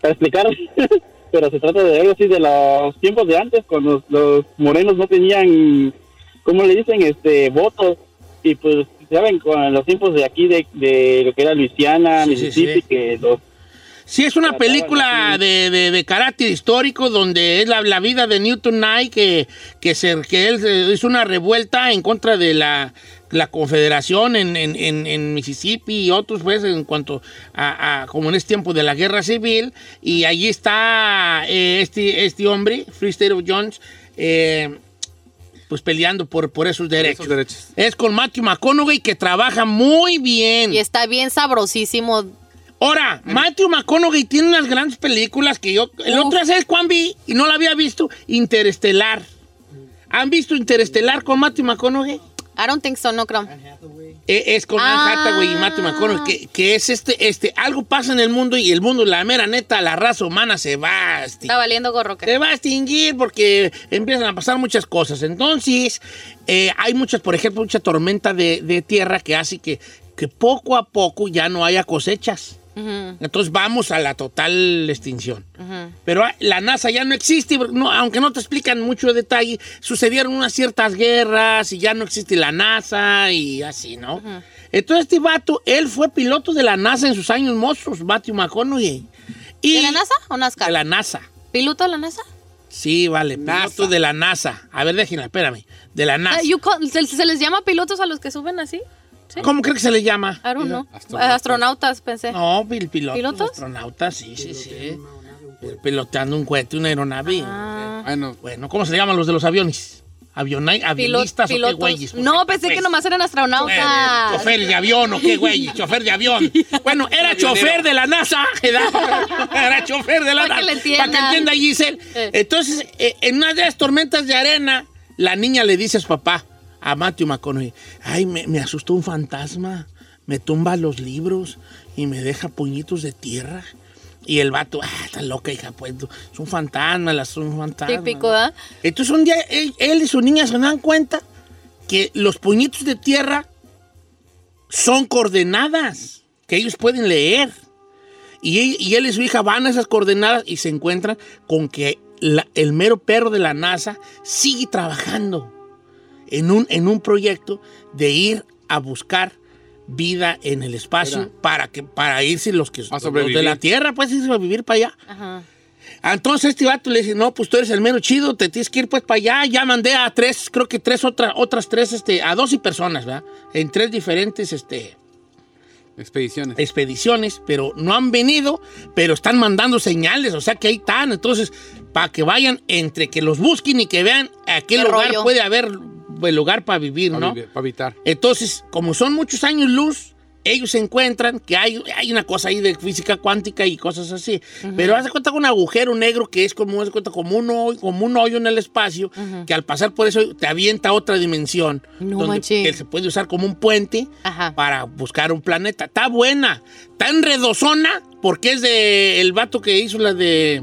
[SPEAKER 7] para explicar <laughs> pero se trata de algo así de los tiempos de antes cuando los, los morenos no tenían cómo le dicen este votos y pues saben con los tiempos de aquí de, de lo que era Luisiana
[SPEAKER 2] Sí, sí,
[SPEAKER 7] Mississippi
[SPEAKER 2] sí.
[SPEAKER 7] que los
[SPEAKER 2] Sí, es una
[SPEAKER 7] Trataba
[SPEAKER 2] película
[SPEAKER 7] así.
[SPEAKER 2] de, de- de carácter histórico donde es la, la vida de Newton Knight que, que, se, que él eh, hizo una revuelta en contra de la, la confederación en, en- en- en Mississippi y otros pues en cuanto a, a- como en este tiempo de la guerra civil y allí está eh, este, este hombre, Free State of Jones, eh, pues peleando por, por esos derechos.
[SPEAKER 1] Esos derechos.
[SPEAKER 2] Es con Matthew McConaughey que trabaja muy bien.
[SPEAKER 3] Y está bien sabrosísimo.
[SPEAKER 2] Ahora, Matthew McConaughey tiene unas grandes películas que yo. El
[SPEAKER 3] Uf.
[SPEAKER 2] otro es Juan vi y no la había visto. Interestelar. ¿Han visto Interestelar con Matthew McConaughey?
[SPEAKER 3] I don't think so, no creo.
[SPEAKER 2] Eh, es con Anne
[SPEAKER 3] Ah.
[SPEAKER 2] Hathaway y Matthew McConaughey. Que, que es este, este. Algo pasa en el mundo y el mundo, la mera neta, la raza humana se va. a extin-
[SPEAKER 3] Está valiendo gorro. que-
[SPEAKER 2] Se va a extinguir porque empiezan a pasar muchas cosas. Entonces, eh, hay muchas, por ejemplo, mucha tormenta de, de tierra que hace que, que poco a poco ya no haya cosechas.
[SPEAKER 3] Ujú,
[SPEAKER 2] Entonces vamos a la total extinción.
[SPEAKER 3] ujú.
[SPEAKER 2] Pero ah, la NASA ya no existe, no, aunque no te explican mucho detalle, sucedieron unas ciertas guerras y ya no existe la NASA y así, ¿no? Entonces este vato, él fue piloto de la NASA en sus años mozos, Matthew McConaughey. Y
[SPEAKER 3] ¿De la NASA o NASCAR?
[SPEAKER 2] De la NASA.
[SPEAKER 3] ¿Piloto de la NASA?
[SPEAKER 2] Sí, vale, piloto
[SPEAKER 1] NASA.
[SPEAKER 2] de la NASA. A ver, déjenla, espérame. De la NASA.
[SPEAKER 3] Ah, you call- ¿se, se les llama pilotos a los que suben así?
[SPEAKER 2] ¿Cómo cree que se le llama?
[SPEAKER 3] I don't know.
[SPEAKER 1] Astronautas.
[SPEAKER 3] Astronautas, pensé.
[SPEAKER 2] No, pil pilotos,
[SPEAKER 3] ¿Pilotos?
[SPEAKER 2] astronautas, sí, sí, sí. Pilotando un cohete, una aeronave.
[SPEAKER 3] Ah.
[SPEAKER 1] Bueno,
[SPEAKER 2] Bueno, ¿cómo se le llaman los de los aviones? Avionai,
[SPEAKER 3] Pilo-
[SPEAKER 2] avionistas o qué
[SPEAKER 3] pilotos.
[SPEAKER 2] güeyes. pues,
[SPEAKER 3] No, pensé que nomás eran astronautas.
[SPEAKER 2] chofer de avión o qué güey,
[SPEAKER 3] <laughs>
[SPEAKER 2] chofer de avión. Bueno, era chofer de la NASA, <laughs> ¿verdad? era chofer de la
[SPEAKER 3] Pa' que le
[SPEAKER 2] NASA.
[SPEAKER 3] entiendan.
[SPEAKER 2] Para que entienda Giselle.
[SPEAKER 3] Eh.
[SPEAKER 2] Entonces, eh, en una de las tormentas de arena, la niña le dice a su papá, a Matthew McConaughey, ay, me, me asustó un fantasma, me tumba los libros y me deja puñitos de tierra. Y el vato, ah, está loca, hija, pues, es un fantasma, la- es un fantasma.
[SPEAKER 3] Típico, ¿ah?
[SPEAKER 2] Entonces un día él, él y su niña se dan cuenta que los puñitos de tierra son coordenadas que ellos pueden leer. Y, él- y él y su hija van a esas coordenadas y se encuentran con que la- el mero perro de la NASA sigue trabajando en un, en un proyecto de ir a buscar vida en el espacio
[SPEAKER 1] Era.
[SPEAKER 2] para, que, para irse los que
[SPEAKER 1] A
[SPEAKER 2] los de la
[SPEAKER 1] sobrevivir.
[SPEAKER 2] Tierra, pues irse a vivir para allá.
[SPEAKER 3] Ajá.
[SPEAKER 2] Entonces este vato le dice, no, pues tú eres el mero chido, te tienes que ir pues para allá. Ya mandé a tres, creo que tres, otras otras tres, este, a 12 personas, ¿verdad? En tres diferentes este,
[SPEAKER 1] expediciones.
[SPEAKER 2] expediciones, pero no han venido, pero están mandando señales, o sea que ahí están. Entonces, para que vayan entre que los busquen y que vean a qué,
[SPEAKER 3] Qué
[SPEAKER 2] lugar
[SPEAKER 3] rollo.
[SPEAKER 2] puede haber el lugar para vivir,
[SPEAKER 1] Para,
[SPEAKER 2] ¿no?
[SPEAKER 1] vivir- para evitar.
[SPEAKER 2] Entonces, como son muchos años luz, ellos se encuentran que hay, hay una cosa ahí de física cuántica y cosas así. Pero hace cuenta con un agujero negro que es como, haz de cuenta, como, un hoy- como un hoyo en el espacio, que al pasar por eso te avienta a otra dimensión.
[SPEAKER 3] No
[SPEAKER 2] donde
[SPEAKER 3] manches.
[SPEAKER 2] que se puede usar como un puente
[SPEAKER 3] Ajá.
[SPEAKER 2] para buscar un planeta. Está buena, está enredosona, porque es de el vato que hizo la de.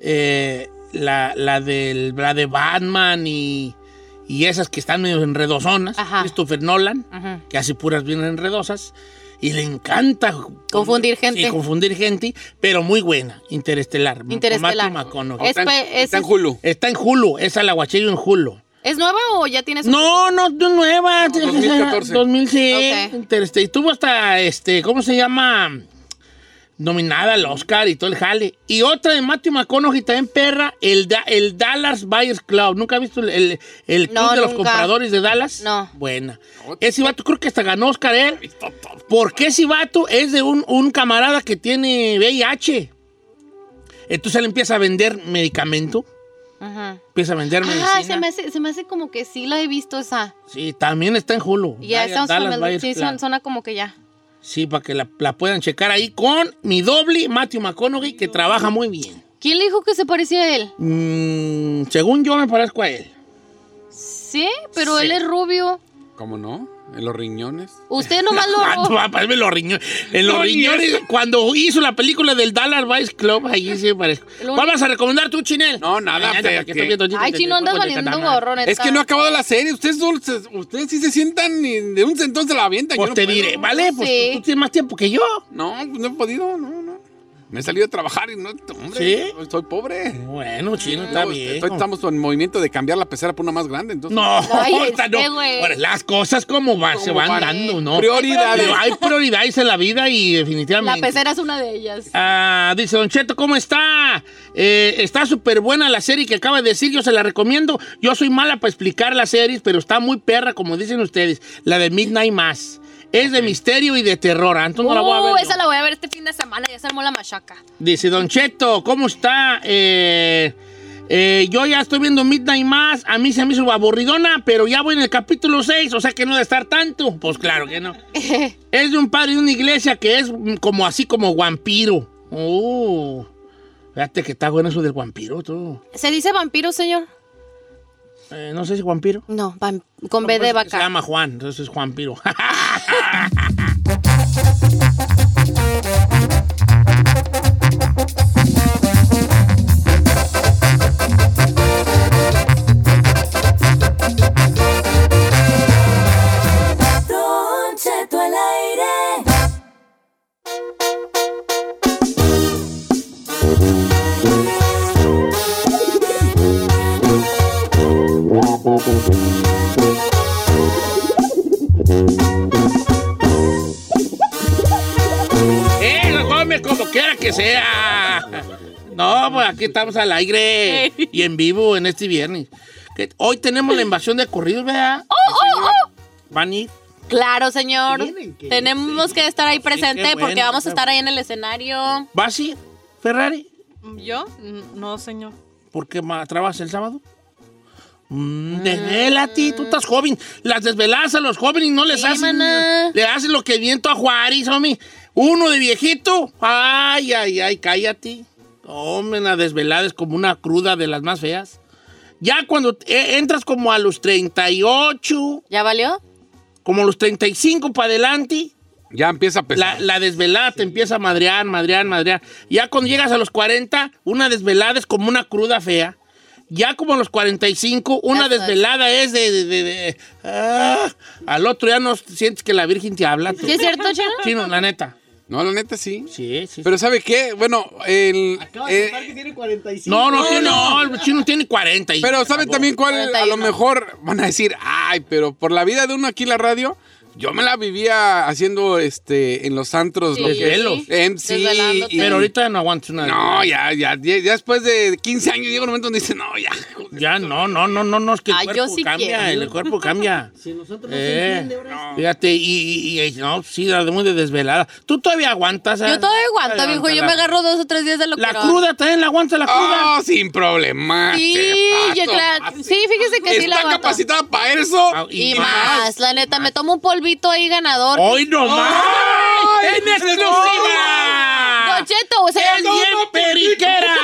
[SPEAKER 2] eh, la, la, del, la de Batman y, y esas que están medio enredosonas.
[SPEAKER 3] Ajá.
[SPEAKER 2] Christopher Nolan,
[SPEAKER 3] Ajá.
[SPEAKER 2] que hace puras bien enredosas. y le encanta
[SPEAKER 3] Confundir gente.
[SPEAKER 2] Sí, confundir gente, pero muy buena. Interestelar. con
[SPEAKER 3] Interestelar.
[SPEAKER 2] Matthew McConaughey.
[SPEAKER 3] Es-
[SPEAKER 1] Está en-
[SPEAKER 3] pe- es-
[SPEAKER 1] está en Hulu.
[SPEAKER 2] Está en Hulu, esa la guachillo en Hulu.
[SPEAKER 3] ¿Es nueva o ya tienes?
[SPEAKER 2] No, no, no nueva.
[SPEAKER 1] 2014.
[SPEAKER 2] 2006.
[SPEAKER 3] Ok.
[SPEAKER 2] Intereste- y tuvo hasta, este, ¿cómo se llama? Nominada al Oscar y todo el jale. Y otra de Matthew McConaughey también perra, el, Da- el Dallas Buyers Club. ¿Nunca has visto el, el, el club
[SPEAKER 3] No,
[SPEAKER 2] de los
[SPEAKER 3] nunca.
[SPEAKER 2] compradores de Dallas?
[SPEAKER 3] No.
[SPEAKER 2] Buena. Ese vato creo que hasta ganó Oscar él. Porque ese vato es de un, un camarada que tiene VIH. Entonces él empieza a vender medicamento,
[SPEAKER 3] Ajá.
[SPEAKER 2] empieza a vender medicina.
[SPEAKER 3] Ah, se me, hace, se me hace como que sí la he visto esa.
[SPEAKER 2] Sí, también está en Hulu.
[SPEAKER 3] Ya,
[SPEAKER 2] Dallas-
[SPEAKER 3] estamos
[SPEAKER 2] Dallas
[SPEAKER 3] familiar-
[SPEAKER 2] Buyers
[SPEAKER 3] sí,
[SPEAKER 2] Club.
[SPEAKER 3] son- suena como que ya.
[SPEAKER 2] Sí, para que la, la puedan checar ahí con mi doble, Matthew McConaughey, que trabaja muy bien.
[SPEAKER 3] ¿Quién le dijo que se parecía a él?
[SPEAKER 2] Mm, según yo me parezco a él.
[SPEAKER 3] Sí, pero
[SPEAKER 2] Sí.
[SPEAKER 3] él es rubio.
[SPEAKER 1] ¿Cómo no? En los riñones.
[SPEAKER 2] <laughs>
[SPEAKER 3] Usted nomás
[SPEAKER 2] Cuando
[SPEAKER 3] lo...
[SPEAKER 2] Ah, va a pararme los riñones. En los
[SPEAKER 1] No, ni
[SPEAKER 2] riñones, cuando hizo la película del Dallas Vice Club, ahí sí me parezco.
[SPEAKER 3] Lo
[SPEAKER 2] ¿Cuál vas a recomendar tú, Chinel?
[SPEAKER 1] No, nada,
[SPEAKER 2] Ay, anda,
[SPEAKER 1] fe,
[SPEAKER 2] porque
[SPEAKER 1] que-
[SPEAKER 2] estoy viendo
[SPEAKER 3] Ay, chino, andas
[SPEAKER 2] Juegos de
[SPEAKER 3] valiendo
[SPEAKER 2] Calamar.
[SPEAKER 3] gorro, neta.
[SPEAKER 1] Es que no ha acabado la serie. Ustedes, son- se- ustedes sí se sientan y de un entonces la avientan. Yo
[SPEAKER 2] Pues
[SPEAKER 1] no
[SPEAKER 2] te
[SPEAKER 1] puedo.
[SPEAKER 2] diré, ¿vale? Pues
[SPEAKER 3] Sí.
[SPEAKER 2] tú tienes más tiempo que yo.
[SPEAKER 1] No, pues no he podido, no, no. Me he salido a trabajar y no, hombre,
[SPEAKER 2] ¿Sí?
[SPEAKER 1] estoy pobre.
[SPEAKER 2] Bueno, Chino, está
[SPEAKER 1] Estamos-
[SPEAKER 2] bien.
[SPEAKER 1] estoy- estamos en movimiento de cambiar la pecera por una más grande, entonces.
[SPEAKER 2] No,
[SPEAKER 3] Ay,
[SPEAKER 2] ahorita
[SPEAKER 3] este,
[SPEAKER 2] no.
[SPEAKER 3] güey. eh.
[SPEAKER 2] Ahora, las cosas como van, se
[SPEAKER 1] Como
[SPEAKER 2] van
[SPEAKER 1] van.
[SPEAKER 2] dando, ¿no?
[SPEAKER 1] Prioridades.
[SPEAKER 2] Pero hay prioridades en la vida y
[SPEAKER 3] La
[SPEAKER 2] definitivamente.
[SPEAKER 3] pecera es una de ellas.
[SPEAKER 2] Ah, dice Don Cheto, ¿cómo está? Eh, está súper buena la serie que acaba de decir, yo se la recomiendo. Yo soy mala para explicar las series, pero está muy perra, como dicen ustedes. La de Midnight Mass. Es de misterio y de terror. Antes no la voy a ver. yo.
[SPEAKER 3] Uh, esa la voy a ver este fin de semana, ya se armó la machaca.
[SPEAKER 2] Dice Don Cheto, ¿cómo está? Eh, eh, yo ya estoy viendo Midnight Mass. A mí se me hizo aburridona, pero ya voy en el capítulo 6, o sea que no debe estar tanto. Pues claro que no. Es de un padre de una iglesia que es mm, como así como vampiro. Oh, fíjate que está bueno eso del vampiro, tú.
[SPEAKER 3] ¿Se dice vampiro, señor?
[SPEAKER 2] Eh, no sé si vampiro.
[SPEAKER 3] No, vam- con
[SPEAKER 2] No,
[SPEAKER 3] B de
[SPEAKER 2] pues, Se
[SPEAKER 3] vaca.
[SPEAKER 2] llama Juan, entonces es <laughs> Juanpiro.
[SPEAKER 5] Don Cheto al aire.
[SPEAKER 2] ¡Eh, no come como quiera que sea! No, pues aquí estamos al aire y en vivo en este viernes. Que Hoy tenemos la invasión de corridos, ¿verdad? ¡Oh, Van a ir.
[SPEAKER 3] Claro, señor.
[SPEAKER 2] Tienen que-
[SPEAKER 3] Tenemos que estar ahí presente
[SPEAKER 2] qué bueno,
[SPEAKER 3] porque vamos
[SPEAKER 2] qué
[SPEAKER 3] a estar ahí en el escenario.
[SPEAKER 2] ¿Vas a ir, Ferrari?
[SPEAKER 9] ¿Yo? N- Mm, No, señor.
[SPEAKER 2] ¿Por qué ma- trabajas el sábado? Mm, desvélate, tú estás joven. Las desveladas a los jóvenes no les
[SPEAKER 3] Sí,
[SPEAKER 2] hacen.
[SPEAKER 3] maná.
[SPEAKER 2] Le hacen lo que viento a Juárez, homie. Uno de viejito. Ay, ay, ay, cállate. Hombre, la desvelada es como una cruda de las más feas. Ya cuando eh, entras como a los 38,
[SPEAKER 3] ¿Ya valió?
[SPEAKER 2] como a los 35 para adelante,
[SPEAKER 1] Ya empieza a <laughs>
[SPEAKER 2] la,
[SPEAKER 1] pesar.
[SPEAKER 2] la desvelada te empieza a madrear, madrear, madrear. Ya cuando llegas a los 40, una desvelada es como una cruda fea. Ya como a los 45, una
[SPEAKER 3] Ya sabes.
[SPEAKER 2] desvelada es de... de- de- de- ah. al otro ya no sientes que la Virgen te habla. tú.
[SPEAKER 3] ¿Sí es cierto, <laughs> Chino?
[SPEAKER 2] Sí, no, la neta.
[SPEAKER 1] No, la neta sí.
[SPEAKER 2] Sí, sí.
[SPEAKER 1] Pero ¿sabe qué? Bueno, el... eh,
[SPEAKER 9] tiene 45.
[SPEAKER 2] no, no, no, no, el chino tiene 40. y-
[SPEAKER 1] pero ¿sabe también cuál? A
[SPEAKER 3] 41.
[SPEAKER 1] lo mejor van a decir, ay, pero por la vida de uno aquí en la radio, yo me la vivía haciendo este en los antros.
[SPEAKER 3] Sí,
[SPEAKER 1] lo que-
[SPEAKER 2] Desvelos.
[SPEAKER 1] MC.
[SPEAKER 3] Desvelándote.
[SPEAKER 1] y-
[SPEAKER 2] Pero ahorita no aguanto una...
[SPEAKER 1] No, ya, ya, ya, ya después de 15 años llega un momento donde dice, no,
[SPEAKER 3] <laughs>
[SPEAKER 1] ya.
[SPEAKER 2] Ya, no, no, no, no, no, es que el
[SPEAKER 3] Ay, yo
[SPEAKER 2] cuerpo
[SPEAKER 3] sí
[SPEAKER 2] cambia,
[SPEAKER 3] quiero.
[SPEAKER 2] el cuerpo cambia.
[SPEAKER 9] Si nosotros
[SPEAKER 2] Eh, no. Fíjate, y, y- y- no, sí, la de muy de desvelada. Tú todavía aguantas. eh? ¿sabes?
[SPEAKER 3] Yo todavía aguanto, viejo. Yo me agarro dos o tres días de lo
[SPEAKER 2] La cruda también la aguanta la cruda.
[SPEAKER 1] Oh, sin problema.
[SPEAKER 3] Sí,
[SPEAKER 1] Qué
[SPEAKER 3] ya,
[SPEAKER 1] pato,
[SPEAKER 3] claro.
[SPEAKER 1] pato.
[SPEAKER 3] Sí, fíjese que sí la
[SPEAKER 1] Está
[SPEAKER 3] aguanto.
[SPEAKER 1] capacitada para eso.
[SPEAKER 2] Ah,
[SPEAKER 3] Y más, la neta, me tomo un polvito ahí ganador.
[SPEAKER 2] Hoy nomás. ¡En exclusiva!
[SPEAKER 3] Don Cheto, pues, o sea,
[SPEAKER 2] ¡Es
[SPEAKER 3] no,
[SPEAKER 2] bien
[SPEAKER 3] no,
[SPEAKER 2] periquera!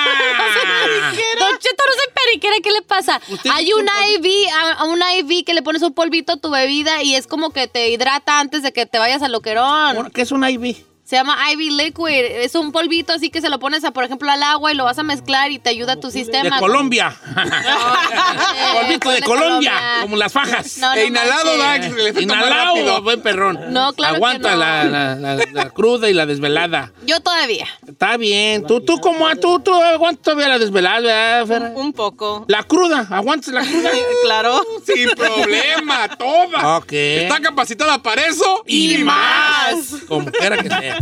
[SPEAKER 3] Don Cheto, no soy periquera, ¿qué le pasa?
[SPEAKER 2] Ah. Usted
[SPEAKER 3] Hay
[SPEAKER 2] dice
[SPEAKER 3] un
[SPEAKER 2] un
[SPEAKER 3] IV, a, a un IV que le pones un polvito a tu bebida y es como que te hidrata antes de que te vayas al loquerón.
[SPEAKER 2] ¿Qué es un IV?
[SPEAKER 3] Se llama Ivy Liquid. Es un polvito así que se lo pones, a, por ejemplo, al agua y lo vas a mezclar y te ayuda a tu
[SPEAKER 2] De
[SPEAKER 3] sistema. <laughs>
[SPEAKER 2] Colombia.
[SPEAKER 3] Eh,
[SPEAKER 2] Polvito de
[SPEAKER 3] ponle
[SPEAKER 2] Colombia. Como las fajas.
[SPEAKER 3] No, no
[SPEAKER 1] E inhalado,
[SPEAKER 3] manches.
[SPEAKER 1] Dax. le fue tomando
[SPEAKER 2] Inhalado,
[SPEAKER 1] rápido.
[SPEAKER 2] buen perrón.
[SPEAKER 3] No, claro que
[SPEAKER 2] Aguanta
[SPEAKER 3] no.
[SPEAKER 2] la, la- la- la cruda y la desvelada.
[SPEAKER 3] Yo todavía.
[SPEAKER 2] Está bien. Tú, tú, como tú, tú aguantas todavía la desvelada, ¿verdad, Fer?
[SPEAKER 9] Un poco.
[SPEAKER 2] La cruda, aguantas la
[SPEAKER 9] <laughs>
[SPEAKER 2] cruda.
[SPEAKER 9] Claro.
[SPEAKER 1] Sin problema,
[SPEAKER 2] <laughs>
[SPEAKER 1] toma.
[SPEAKER 2] Ok.
[SPEAKER 1] Está capacitada para eso y, más.
[SPEAKER 2] Como quiera que sea.